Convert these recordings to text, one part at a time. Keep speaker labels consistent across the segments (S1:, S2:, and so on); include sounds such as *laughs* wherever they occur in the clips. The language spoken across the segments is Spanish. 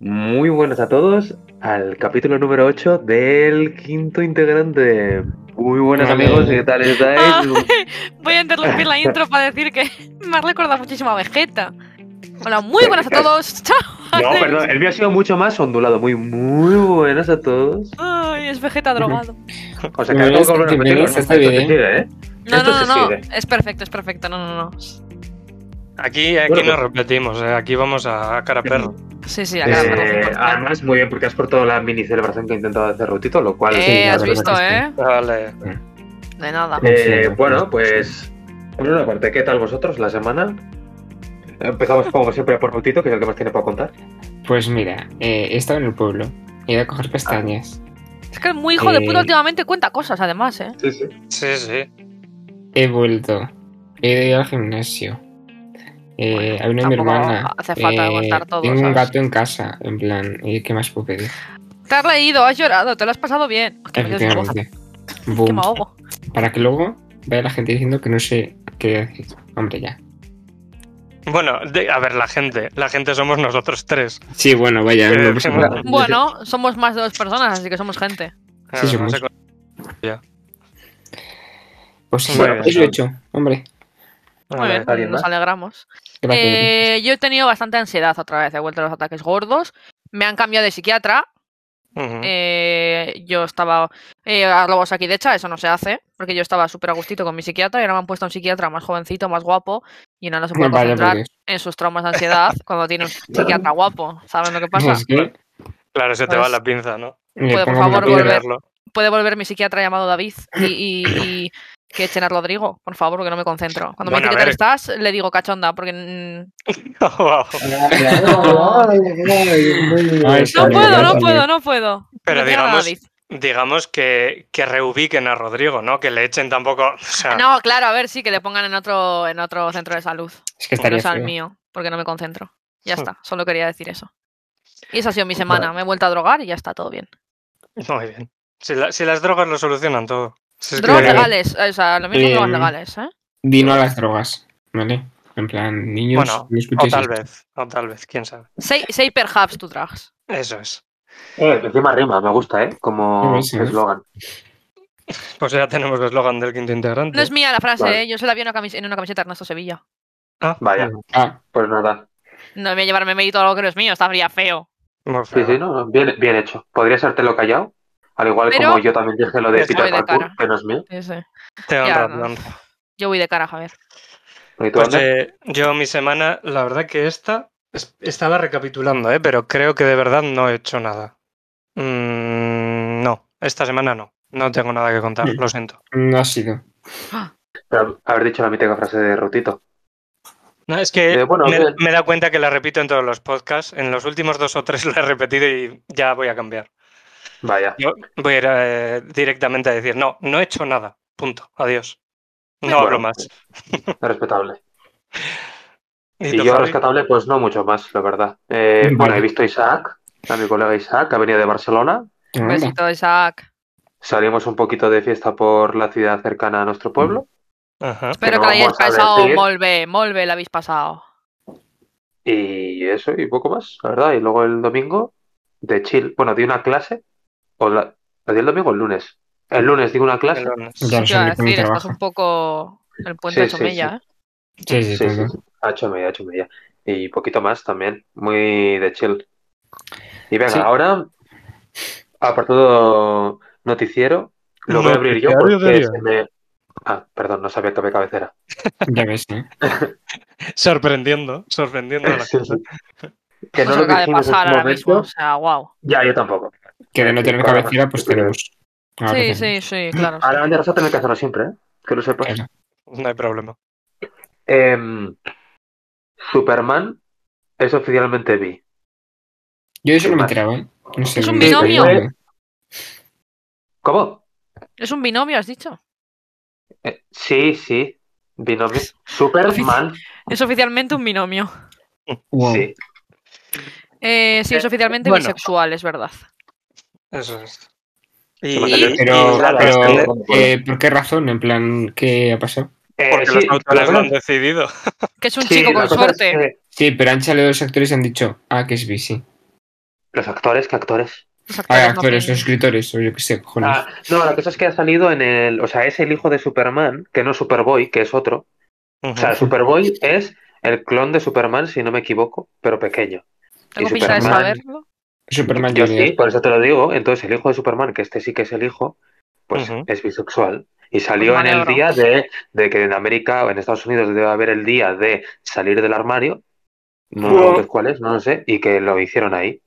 S1: Muy buenas a todos al capítulo número 8 del quinto integrante. Muy buenas
S2: Vale.
S1: amigos, ¿qué tal
S3: Ah,
S1: estáis?
S3: Voy a interrumpir la intro para decir que *laughs* me ha recordado muchísimo a Vegeta. Hola, muy buenas a todos. *laughs* Chao.
S1: *laughs* no, perdón, el mío ha sido mucho más ondulado. Muy, muy buenas a todos.
S3: Ay, es Vegeta drogado.
S1: O sea,
S2: Muy
S1: que
S2: buenas,
S1: tengo que volver a
S2: bienvenidos
S1: repetirlo,
S2: a este
S1: ¿no? Esto se
S2: video.
S1: sigue, ¿eh?
S3: No,
S1: Esto
S3: no, no,
S1: se
S3: no.
S1: sigue.
S3: Es perfecto, es perfecto. No, no, no.
S2: Aquí, aquí
S1: Bueno,
S2: nos repetimos, eh, aquí vamos a cara a perro.
S3: Sí, sí, acá
S2: claro,
S1: Eh, además, muy bien, porque has cortado la mini celebración que he intentado hacer Rutito, lo cual. sí,
S3: Eh,
S1: la
S3: has
S1: verdad
S3: visto,
S1: que sí.
S3: ¿eh?
S2: Vale.
S3: De nada.
S1: Eh,
S4: Sí,
S1: bueno, pues por una parte, ¿qué tal vosotros la semana? Empezamos como siempre por Rutito, que es el que más tiene para contar.
S4: Pues mira, eh, he estado en el pueblo. He ido a coger pestañas.
S3: Es que muy hijo de puta
S4: eh,
S3: últimamente cuenta cosas, además, ¿eh?
S1: Sí, sí.
S2: Sí, sí.
S4: He vuelto. He ido al gimnasio. Eh,
S3: Bueno,
S4: a una de mi
S3: tampoco
S4: hermana.
S3: hace falta
S4: eh,
S3: contar todo,
S4: Tengo un
S3: ¿sabes?
S4: gato en casa. En plan, eh, ¿qué más puedo pedir?
S3: Te has reído, has llorado, te lo has pasado bien. Es que me quedo sin voz,
S4: Efectivamente.
S3: que
S4: Boom.
S3: me
S1: *laughs*
S3: ahogo.
S4: Para que luego vea la gente diciendo que no sé qué decir. Hombre, ya.
S2: Bueno, de- a ver, la gente. La gente somos nosotros tres.
S4: Sí, bueno, vaya.
S2: Eh,
S4: no pasa nada.
S3: Bueno, somos más de dos personas, así que somos gente.
S4: Sí,
S2: Eh, no
S4: somos.
S2: sé con-
S4: Pues sí,
S2: Bueno,
S4: eso he
S2: bueno.
S4: hecho. Hombre,
S3: Muy
S2: Vale.
S1: ¿alguien
S3: bien, nos
S1: más?
S3: alegramos.
S4: gracias. *laughs*
S3: Eh, yo he tenido bastante ansiedad otra vez, he vuelto a los ataques gordos. Me han cambiado de psiquiatra.
S2: Ujú.
S3: eh, yo estaba. Eh, hablamos aquí de hecha, eso no se hace, porque yo estaba súper a gustito con mi psiquiatra y ahora me han puesto un psiquiatra más jovencito, más guapo y ahora no se puede
S4: Vaya, por
S3: concentrar
S4: Dios.
S3: en sus traumas de ansiedad cuando tiene un psiquiatra guapo. ¿Saben lo que pasa?
S4: Es que le
S2: Claro, se te
S3: Pues-
S2: va la pinza, ¿no?
S3: por
S4: pongo una
S3: favor,
S4: piedra.
S3: volver.
S2: Verlo. *laughs*
S3: Puede volver mi psiquiatra llamado David y, y- y que echen a Rodrigo, por favor, que no me concentro. Cuando me
S2: Bueno,
S3: dice
S2: a
S3: que tal
S2: ver.
S3: estás, le digo cachonda, porque mm,
S2: Oh, Wow.
S4: Ay,
S3: no
S4: Vale,
S3: puedo,
S4: vale,
S3: no
S4: vale.
S3: puedo, no puedo.
S2: Pero
S3: No tiene nada,
S2: digamos-
S3: David.
S2: Digamos que, que reubiquen a Rodrigo, ¿no? Que le echen tampoco. O sea,
S3: No, claro, a ver, sí, que le pongan en otro, en otro centro de salud.
S4: Es que
S3: Que no
S4: estaría
S3: sea el
S4: feo.
S3: mío, porque no me concentro. Ya
S2: Hmm.
S3: está, solo quería decir eso. Y esa ha sido mi semana. Me he vuelto a drogar y ya está, todo bien.
S2: *laughs* muy bien. Si, la- si las drogas lo solucionan todo. Si es que-
S3: Drogas
S4: Claro.
S3: legales, eh, o sea, lo mismo drogas
S4: Em,
S3: legales, ¿eh?
S4: Dino a las drogas, ¿vale? En plan, niños,
S2: Bueno,
S4: no
S2: O
S4: escuchéis
S2: tal
S4: esto.
S2: vez, o tal vez, quién sabe.
S3: Sei, sei perhaps tu drugs.
S2: Eso es.
S1: Eh, encima rima, me gusta, ¿eh? Como
S4: Sí, sí.
S1: eslogan.
S2: Pues ya tenemos el eslogan del quinto integrante.
S3: No es mía la frase,
S1: Vale.
S3: ¿eh? Yo se la vi en una, camis- en una camiseta de Ernesto Sevilla.
S1: Vaya,
S4: Ah,
S1: pues nada.
S3: No voy a llevarme mérito a algo que no es mío, estaría feo.
S2: Muy
S1: Sí,
S2: feo.
S1: sí, no, no, bien, bien hecho. Podrías lo callado, al igual
S3: Pero-
S1: como yo también dije lo de
S2: Es
S1: Peter
S3: muy de
S1: Parker,
S3: cara.
S1: que no es mío.
S3: Sí, sí.
S2: Te
S3: Ya,
S2: honra,
S3: no.
S2: te honra.
S3: Yo voy de cara, Javier.
S1: ¿Y tú,
S2: Pues
S1: Ander?
S2: eh, yo mi semana, la verdad que esta es- estaba recapitulando, ¿eh? pero creo que de verdad no he hecho nada. Mm, no, esta semana no. No tengo nada que contar, lo siento.
S4: no ha sido.
S1: Pero haber dicho la mítica frase de Rutito.
S2: No, es que
S1: Eh, bueno,
S2: me,
S1: bien.
S2: me he dado cuenta que la repito en todos los podcasts. En los últimos dos o tres *laughs* la he repetido y ya voy a cambiar.
S1: Vaya.
S2: Yo voy a ir eh, directamente a decir, no, no he hecho nada. Punto. Adiós. No
S1: Bueno,
S2: hablo más.
S1: Respetable.
S2: ¿Y tú,
S1: Y yo
S2: Javi?
S1: rescatable, pues no mucho más, la verdad. Eh,
S4: Vale.
S1: Bueno, he visto a Isaac, a mi colega Isaac, que ha venido de Barcelona.
S4: Anda.
S3: Besito, Isaac.
S1: Salimos un poquito de fiesta por la ciudad cercana a nuestro pueblo.
S2: Ajá.
S3: Espero
S1: no
S3: que la hayáis
S1: vamos a
S3: pasado
S1: decir.
S3: muy bien, muy bien la habéis pasado.
S1: Y eso, y poco más, la verdad. Y luego el domingo, de chill. Bueno, di una clase. O la, la di el domingo o el lunes. El lunes di una clase. *laughs*
S2: Melones.
S4: Ya lo
S3: Yo iba a
S4: sé, con mi
S3: decir, estás
S4: trabajo.
S3: un poco el puente
S1: Sí,
S3: de
S1: sí,
S3: Somella,
S1: sí.
S4: Sí,
S3: ¿eh?
S4: sí,
S1: Sí, sí,
S4: todo.
S1: sí. A ocho y media, a ocho y media. Y poquito más también. Muy de chill. Y venga,
S4: Sí.
S1: ahora, apartado noticiero, lo voy a abrir yo
S2: Noticiario de
S1: porque
S2: día.
S1: se me. Ah, perdón, no sabía que había cabecera.
S4: Ya ves, ¿eh?
S2: Sorprendiendo, sorprendiendo a
S1: *laughs*
S2: la
S1: Sí,
S2: gente.
S1: sí. Que
S3: Eso
S1: no lo
S3: Pues acaba de
S1: dijimos en su
S3: pasar ahora
S1: momento.
S3: mismo, o sea, wow.
S1: Ya, yo tampoco.
S4: Que de no tener
S1: Claro,
S4: cabecera, pues
S1: sí, claro.
S4: tenemos. Ahora
S3: Sí,
S4: tenemos.
S3: sí, sí, claro.
S1: Ahora, Ander, vas a tener que hacerlo siempre, ¿eh? Que lo sepas.
S4: Claro.
S2: No hay problema.
S1: Em, Superman es oficialmente bi.
S4: Yo eso no me
S1: Vale.
S4: enteraba, ¿eh? No sé,
S3: Es un
S4: no sé,
S3: binomio.
S4: pero-
S1: ¿Cómo?
S3: Es un binomio, has dicho.
S1: Eh, sí, sí. Binomio. Superman.
S3: Es oficialmente un binomio.
S4: Wow.
S1: Sí.
S3: Eh, sí, es
S2: Eh,
S3: oficialmente
S2: bueno.
S3: bisexual, es verdad.
S2: Eso es.
S1: Se
S2: Y,
S1: me salió-
S4: Pero,
S1: Y la
S4: pero,
S1: trascende-
S4: eh, ¿por qué razón? En plan, ¿qué ha pasado?
S1: Eh,
S2: porque
S1: sí,
S2: los autores lo
S1: la
S2: han decidido.
S3: Que es un
S1: sí,
S3: chico
S1: la
S3: con
S1: cosa es
S3: suerte.
S1: que-
S4: Sí, pero han salido los actores y han dicho, ah, que es bici.
S1: Los actores, ¿qué actores?
S3: Los actores
S4: Ah,
S3: no
S4: actores o
S3: tienen-
S4: escritores, o yo qué sé, cojones.
S1: Ah, no, la cosa es que ha salido en el. O sea, es el hijo de Superman, que no es Superboy, que es otro.
S2: Ujú.
S1: O sea, Superboy es el clon de Superman, si no me equivoco, pero pequeño.
S3: Tengo
S1: y
S3: pinta de
S1: Superman-
S3: saberlo. Ah,
S4: Superman
S1: Yo
S4: Junior.
S1: sí, por eso te lo digo. Entonces, el hijo de Superman, que este sí que es el hijo, pues
S2: Ujú.
S1: es bisexual. Y salió
S3: Pues
S1: en
S3: me
S1: el
S3: alegro.
S1: día de, de que en América o en Estados Unidos debe haber el día de salir del armario. No
S4: Buah.
S1: sé cuál es, no lo sé. Y que lo hicieron ahí.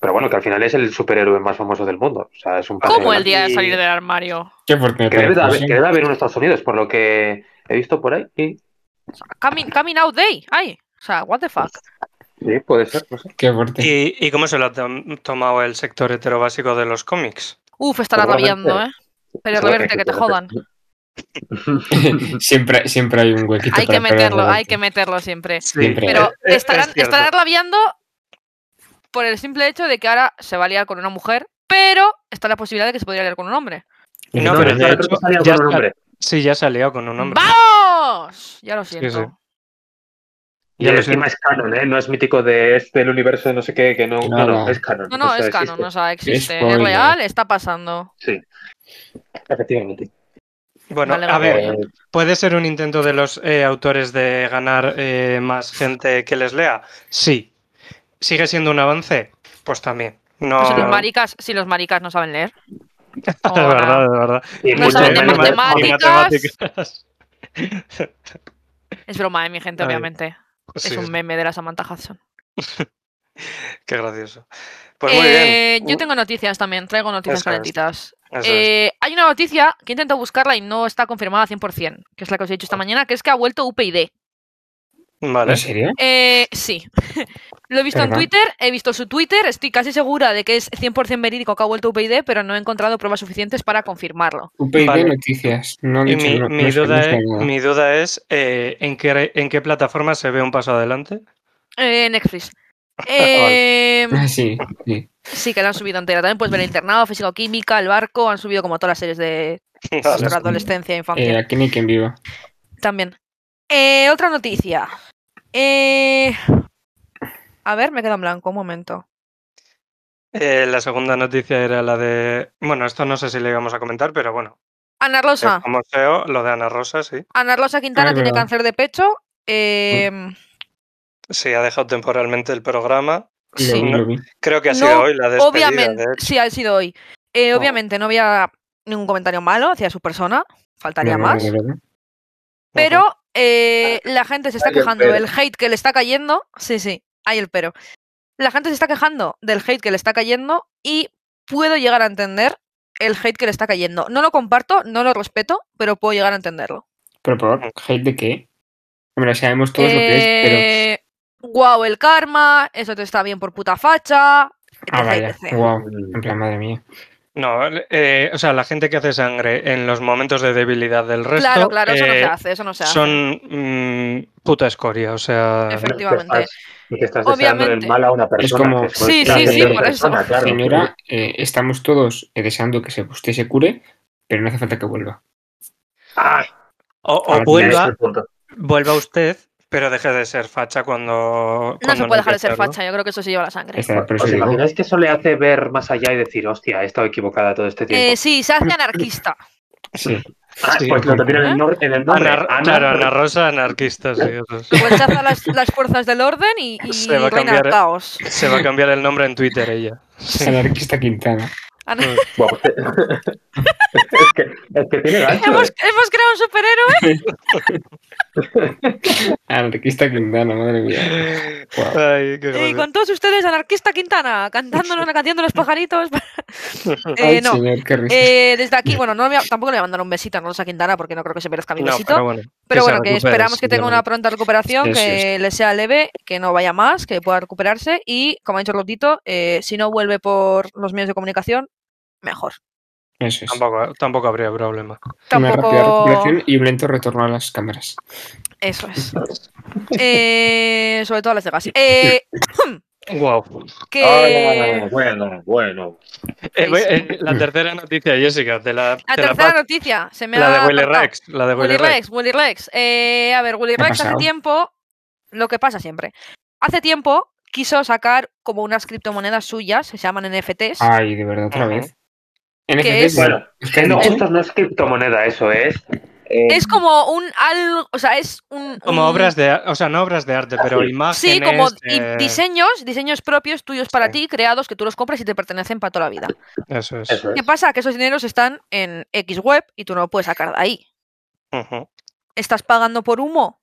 S1: Pero bueno, que al final es el superhéroe más famoso del mundo. O sea, es un paseo
S3: ¿Cómo
S1: de
S3: el
S1: la-
S3: día de
S2: Y-
S3: salir del armario?
S4: Qué fuerte.
S1: Que debe, haber, que debe haber uno en Estados Unidos, por lo que he visto por ahí. Y,
S3: Coming, coming out day. Ay, o sea, what the fuck.
S1: sí, puede ser, no sé.
S4: Qué fuerte.
S2: ¿Y, y cómo se lo ha tom- tomado el sector hetero básico de los cómics?
S3: Uf, estará
S1: Seguramente.
S3: rabiando, ¿eh? Pero reverte, que te jodan.
S4: siempre, siempre hay un huequito.
S3: Hay que
S4: para pegar
S3: meterlo,
S4: la
S3: hay
S4: vuelta.
S3: que meterlo siempre.
S4: Siempre.
S3: Pero
S2: Eh, eh,
S3: estarán,
S2: es cierto.
S3: estarán rabiando por el simple hecho de que ahora se va a liar con una mujer, pero está la posibilidad de que se podría liar con un hombre.
S2: *laughs* No,
S1: No, pero
S2: pero de
S1: yo creo
S2: hecho,
S1: que salía
S2: ya
S1: con un
S2: está-
S1: hombre.
S2: Sí, ya se ha liado con un hombre.
S3: ¡Vamos! Ya lo
S2: Sí,
S3: siento.
S1: Y
S2: Ya lo
S1: encima
S2: sé.
S1: es canon, ¿eh? No es mítico de este, el universo de no sé qué, que no. No,
S4: Claro.
S1: no, es canon.
S3: No, no,
S1: O sea,
S3: es canon,
S1: existe.
S3: o sea, existe. Es
S4: spoiler.
S3: real, está pasando.
S1: Efectivamente.
S2: Bueno,
S3: Vale,
S2: a
S3: vale.
S2: ver, ¿puede ser un intento de los eh, autores de ganar eh, más gente que les lea? Sí. ¿Sigue siendo un avance? Pues también. No,
S3: Pues si, los
S2: *laughs*
S3: maricas, si los maricas no saben leer.
S2: de
S3: Ahora.
S2: verdad, de verdad.
S1: Y
S3: No
S1: mucho
S3: saben de
S1: menos
S2: Ni ma- ni
S3: matemáticas.
S2: *laughs* matemáticas.
S3: Es broma de mi gente,
S2: Ay,
S3: obviamente.
S2: Sí,
S3: es un meme de la Samantha Hudson.
S2: Qué gracioso. Pues muy bien.
S3: Eh, Yo tengo noticias también, traigo noticias
S2: Eso es.
S3: calentitas.
S2: Eso es.
S3: Eh, hay una noticia que intento buscarla y no está confirmada 100%, que es la que os he dicho
S2: Oh.
S3: esta mañana, que es que ha vuelto UPyD.
S2: Vale.
S4: ¿En serio?
S3: Eh, sí. *laughs* Lo he visto en
S4: Perdón.
S3: Twitter, he visto su Twitter, estoy casi segura de que es 100% verídico que ha vuelto UPyD, pero no he encontrado pruebas suficientes para confirmarlo.
S4: UPyD
S2: Vale.
S4: Noticias. No
S2: Y
S4: he dicho
S2: mi,
S4: no-
S2: mi
S4: no sé- no
S2: duda
S4: sé
S2: es,
S4: nada.
S2: mi duda es eh, ¿en, qué, en qué plataforma se ve un paso
S3: *laughs*
S2: adelante.
S3: Eh,
S4: *laughs*
S3: Netflix. Eh,
S4: Ah, sí, sí.
S3: sí, que la han subido entera. También puedes ver el internado, físico química, el barco, han subido como todas las series de
S4: Vale.
S3: nuestra adolescencia e infancia.
S4: Eh, aquí ni quien viva.
S3: También. Eh, otra noticia. Eh, A ver, me queda en blanco, un momento.
S2: Eh, la segunda noticia era la de. Bueno, esto no sé si le íbamos a comentar, pero bueno.
S3: Ana
S2: el
S3: Rosa.
S4: Eh,
S2: famoseo, lo de Ana Rosa, sí.
S3: Ana Rosa Quintana
S4: Ah, es
S3: tiene
S4: verdad.
S3: cáncer de pecho.
S4: Mm,
S3: em,
S2: Sí, ha dejado temporalmente el programa.
S4: Lo
S3: sí.
S4: vi, lo vi.
S2: Creo que ha
S3: No,
S2: sido hoy la despedida.
S3: Obviamente,
S2: de hecho.
S3: sí, ha sido hoy. Eh,
S2: Oh.
S3: Obviamente no había ningún comentario malo hacia su persona, faltaría
S4: No, no,
S3: más.
S4: de verdad.
S3: Pero eh, la gente se está
S1: Hay el
S3: quejando
S1: pero.
S3: del hate que le está cayendo. Sí, sí, hay el pero. La gente se está quejando del hate que le está cayendo y puedo llegar a entender el hate que le está cayendo. No lo comparto, no lo respeto, pero puedo llegar a entenderlo.
S4: Pero por favor, ¿hate de qué? Hombre, sabemos todos lo que es,
S3: Eh, Guau, el karma, eso te está bien por puta facha.
S4: pero. Ah,
S3: etc,
S4: vaya.
S3: etc.
S4: Wow. En plan, madre mía.
S2: No, eh, o sea, la gente que hace sangre en los momentos de debilidad del resto.
S3: Claro, claro, eso no
S2: eh,
S3: se hace, eso no se hace.
S2: Son mm, puta escoria, o sea.
S3: Efectivamente.
S1: Y que estás deseando
S3: Obviamente.
S1: el mal a una persona.
S4: como-
S1: que
S3: Sí,
S1: puede
S4: sí,
S1: ser
S4: sí,
S1: una
S4: por
S1: persona, claro.
S4: Señora, eh, estamos todos eh, deseando que se, usted se cure, pero no hace falta que vuelva.
S1: Ah,
S2: O, o
S1: ese
S4: Al final
S1: es
S2: vuelva,
S1: el punto.
S2: vuelva usted, pero deje de ser facha cuando.
S3: No
S2: cuando
S3: se puede
S2: hay que
S3: dejar de ser
S2: hacerlo.
S3: facha, yo creo que eso se lleva la sangre.
S4: Esa- pero
S1: ¿Os
S4: eso digo.
S1: imagináis que eso le hace ver más allá y decir, hostia, he estado equivocada todo este tiempo?
S3: Eh, sí, se hace anarquista.
S4: Sí.
S1: Ah,
S2: sí.
S1: pues lo que tiene en el, nor- en el nombre.
S2: Ana, claro, Ana Rosa anarquista, sí, eso es.
S3: Rechaza las, las fuerzas del orden y, y
S2: *laughs* Se va a
S3: reina
S2: cambiar,
S3: el
S2: ¿eh?
S3: caos.
S2: Se va a cambiar el nombre en Twitter ella.
S4: Anarquista Quintana.
S3: Ana-
S1: Buah, pues, es, que, es que tiene gancho.
S3: ¿Hemos,
S1: eh.
S3: hemos creado un superhéroe.
S4: Anarquista Quintana, madre mía.
S2: *laughs*
S4: Guau.
S2: Ay, qué
S3: Y
S2: gracioso.
S3: con todos ustedes, anarquista Quintana, cantándonos la canción de los
S2: *laughs*
S3: pajaritos.
S4: Ay,
S3: Eh, no.
S4: señor, qué risa.
S3: Eh, desde aquí, bueno, no le voy a- tampoco le voy a mandar un besito a Rosa Quintana porque no creo que se merezca mi
S2: No,
S3: besito. Pero,
S2: pero bueno. se
S3: bueno, que
S2: recupere,
S3: esperamos que tenga una
S2: seguramente.
S3: pronta recuperación,
S4: Sí, sí,
S3: que le sea leve, que no vaya más, que pueda recuperarse. Y, como ha dicho Rotito, eh, si no vuelve por los medios de comunicación, mejor.
S4: Eso es.
S2: Tampoco, tampoco habría problema.
S4: Una rápida
S3: Tampoco.
S4: recuperación y un lento retorno a las cámaras.
S3: Eso es. Eh, sobre todo las de gas. Eh,
S2: Wow.
S3: que...
S1: Ah, bueno, bueno.
S2: Eh, la tercera noticia, Jessica, te la,
S3: La
S2: te la
S3: tercera
S2: paso.
S3: noticia. Se me
S2: La
S3: ha
S2: de Willy
S3: cortado.
S2: Rex. La de
S3: Willy
S2: Willy Rex.
S3: Rex, Willy Rex. Eh, a ver, Willy
S4: ¿Qué ha
S3: Rex hace
S4: pasado?
S3: tiempo. Lo que pasa siempre. Hace tiempo quiso sacar como unas criptomonedas suyas, se llaman NFTs.
S2: Ah,
S4: Ay, de verdad, otra
S2: Ujú.
S4: vez.
S3: ¿Qué es?
S4: NFTs.
S1: Bueno,
S4: ¿Qué has
S1: no,
S4: dicho?
S1: esto no es criptomoneda, eso es. eh,
S3: Es como un algo, o sea, es un...
S2: Como
S3: un-
S2: obras de arte, o sea, no obras de arte, pero
S1: Sí,
S2: imágenes.
S3: Mm. Sí, como y
S2: eh,
S3: diseños, diseños propios tuyos para
S2: sí.
S3: ti, creados que tú los compras y te pertenecen para toda la vida.
S2: Eso es.
S1: eso es.
S3: ¿Qué pasa? Que esos dineros están en X web y tú no lo puedes sacar de ahí.
S2: Ujú.
S3: ¿Estás pagando por humo?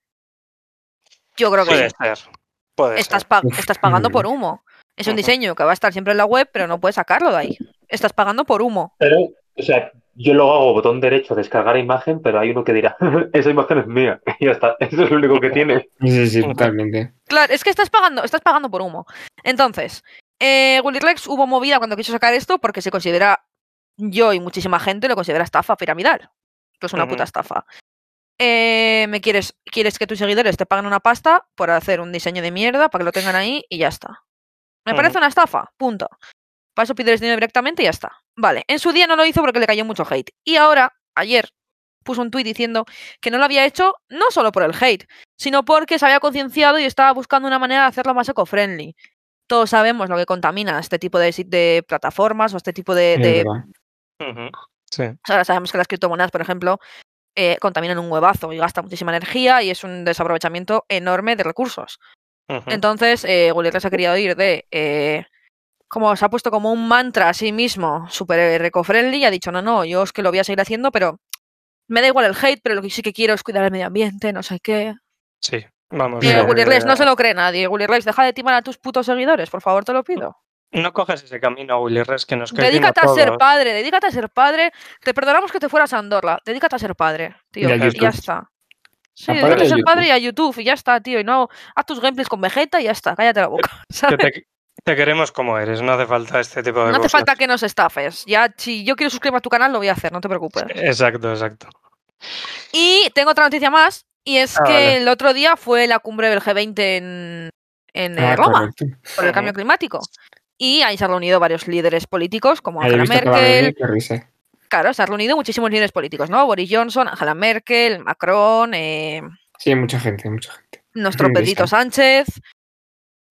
S3: Yo creo que
S2: Puede
S3: sí.
S2: ser. Puede
S3: estás,
S2: ser.
S3: pa-
S4: Uf,
S3: estás pagando
S4: mm.
S3: por humo. Es un
S2: Ujú.
S3: diseño que va a estar siempre en la web, pero no puedes sacarlo de ahí. Estás pagando por humo.
S1: Pero, o sea, yo luego hago botón derecho, descargar imagen, pero hay uno que dirá, *laughs* esa imagen es mía. *laughs* Y ya está, eso es lo único que tiene.
S4: Sí, sí, sí,
S2: Ujú.
S4: totalmente.
S3: Claro, es que estás pagando, estás pagando por humo. Entonces, eh, Willy Rex hubo movida cuando quiso sacar esto porque se considera, yo y muchísima gente lo considera estafa piramidal, que es una
S2: Ujú.
S3: puta estafa. Eh, me quieres, quieres que tus seguidores te paguen una pasta por hacer un diseño de mierda para que lo tengan ahí y ya está. Me
S2: Ujú.
S3: parece una estafa, punto. Para eso pides dinero directamente y ya está. Vale, en su día no lo hizo porque le cayó mucho hate. Y ahora, ayer, puso un tuit diciendo que no lo había hecho no solo por el hate, sino porque se había concienciado y estaba buscando una manera de hacerlo más eco-friendly. Todos sabemos lo que contamina este tipo de, sit- de plataformas o este tipo de...
S4: Es
S3: de-
S4: verdad.
S2: Ujú. Sí.
S3: Ahora sabemos que las criptomonedas, por ejemplo, eh, contaminan un huevazo y gastan muchísima energía y es un desaprovechamiento enorme de recursos.
S4: Mm.
S2: Ujú.
S3: Entonces, eh, Gulliver se ha querido ir de. eh, como se ha puesto como un mantra a sí mismo, súper eco-friendly, y ha dicho: No, no, yo es que lo voy a seguir haciendo, pero me da igual el hate, pero lo que sí que quiero es cuidar el medio ambiente, no sé qué.
S2: Sí. Vamos.
S3: Eh,
S2: no-
S4: Gulliver-
S3: Gulliver, no se lo cree nadie. Gulliver, deja de timar a tus putos seguidores, por favor, te lo pido.
S2: No cojas ese camino, Willy Res, que nos cae bien
S3: Dedícate a
S2: todos.
S3: ser padre, dedícate a ser padre. Te perdonamos que te fueras a Andorra, dedícate a ser padre, tío,
S4: Y a
S3: y ya
S4: YouTube.
S3: está. Sí,
S4: A padre y
S3: dedícate a
S4: a
S3: ser
S4: YouTube.
S3: padre y a YouTube, y ya está, tío, y no haz tus gameplays con Vegeta y ya está, cállate la boca,
S2: Que
S3: ¿sabes?
S2: te, te queremos como eres, no hace falta este tipo de
S3: No hace
S2: cosas.
S3: falta que nos estafes. Ya, si yo quiero suscribirme a tu canal, lo voy a hacer, no te preocupes.
S2: Exacto, exacto.
S3: Y tengo otra noticia más, y es
S2: Ah,
S3: que
S2: vale.
S3: el otro día fue la cumbre del G20 en, en, eh,
S4: Ah,
S3: Roma
S4: correcto.
S3: por el cambio climático. Y ahí se han reunido varios líderes políticos, como
S4: Ahí he
S3: Angela
S4: visto que va a venir,
S3: Merkel.
S4: qué risa.
S3: Claro, se han reunido muchísimos líderes políticos, ¿no? Boris Johnson, Angela Merkel, Macron, eh,
S4: Sí, hay mucha gente, mucha gente.
S3: nuestro
S4: Lisa.
S3: Pedrito Sánchez.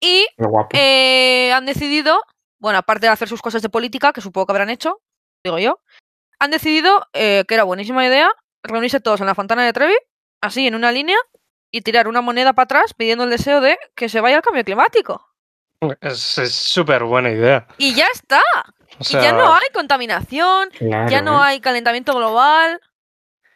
S3: Y
S4: Qué guapo.
S3: eh, han decidido, bueno, aparte de hacer sus cosas de política, que supongo que habrán hecho, digo yo, han decidido eh, que era buenísima idea reunirse todos en la Fontana de Trevi, así en una línea, y tirar una moneda para atrás pidiendo el deseo de que se vaya el cambio climático.
S2: Es es súper buena idea.
S3: Y ya está,
S2: O
S3: y ya
S2: sea,
S3: no hay contaminación,
S4: claro.
S3: ya no
S4: ¿eh?
S3: hay calentamiento global,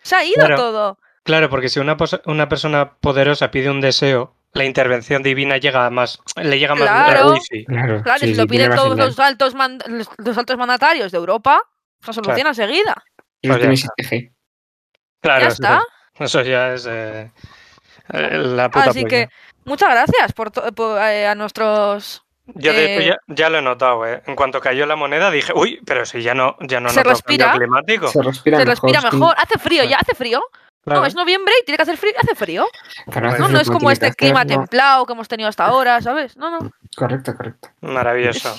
S3: se ha ido
S2: Claro.
S3: todo.
S2: Claro, porque si una, pos- una persona poderosa pide un deseo, la intervención divina llega a más, le llega más
S3: Claro.
S2: la wifi.
S4: Claro,
S3: Claro,
S4: sí,
S3: y si
S4: sí,
S3: lo
S4: tiene
S3: piden
S4: más
S3: todos
S4: señal.
S3: los altos, man- los, los altos mandatarios de Europa, se soluciona enseguida.
S4: Eso
S2: Pues ya
S4: tiene
S2: está.
S4: 7G.
S2: Claro,
S3: ya
S2: eso-
S3: está.
S2: Eso ya es eh, eh, la puta
S3: Así que
S2: polla.
S3: muchas gracias por, to- por, eh, a nuestros
S2: Yo de hecho
S3: eh,
S2: ya, ya lo he notado, ¿eh? En cuanto cayó la moneda dije, uy, pero si ya no, ya no
S3: Se
S2: noto
S3: respira.
S2: cambio climático.
S4: Se respira
S3: se
S4: mejor.
S3: respira
S4: sí.
S3: mejor, hace frío,
S2: Claro.
S3: ya hace frío.
S2: Claro.
S3: No, es noviembre y tiene que hacer frío, hace frío.
S4: Claro, hace
S3: No,
S4: frío
S3: no es como
S4: tiene que
S3: este clima
S4: hacerlo.
S3: templado que hemos tenido
S4: Pues
S3: hasta ahora, ¿sabes? No, no.
S4: Correcto, correcto.
S2: Maravilloso.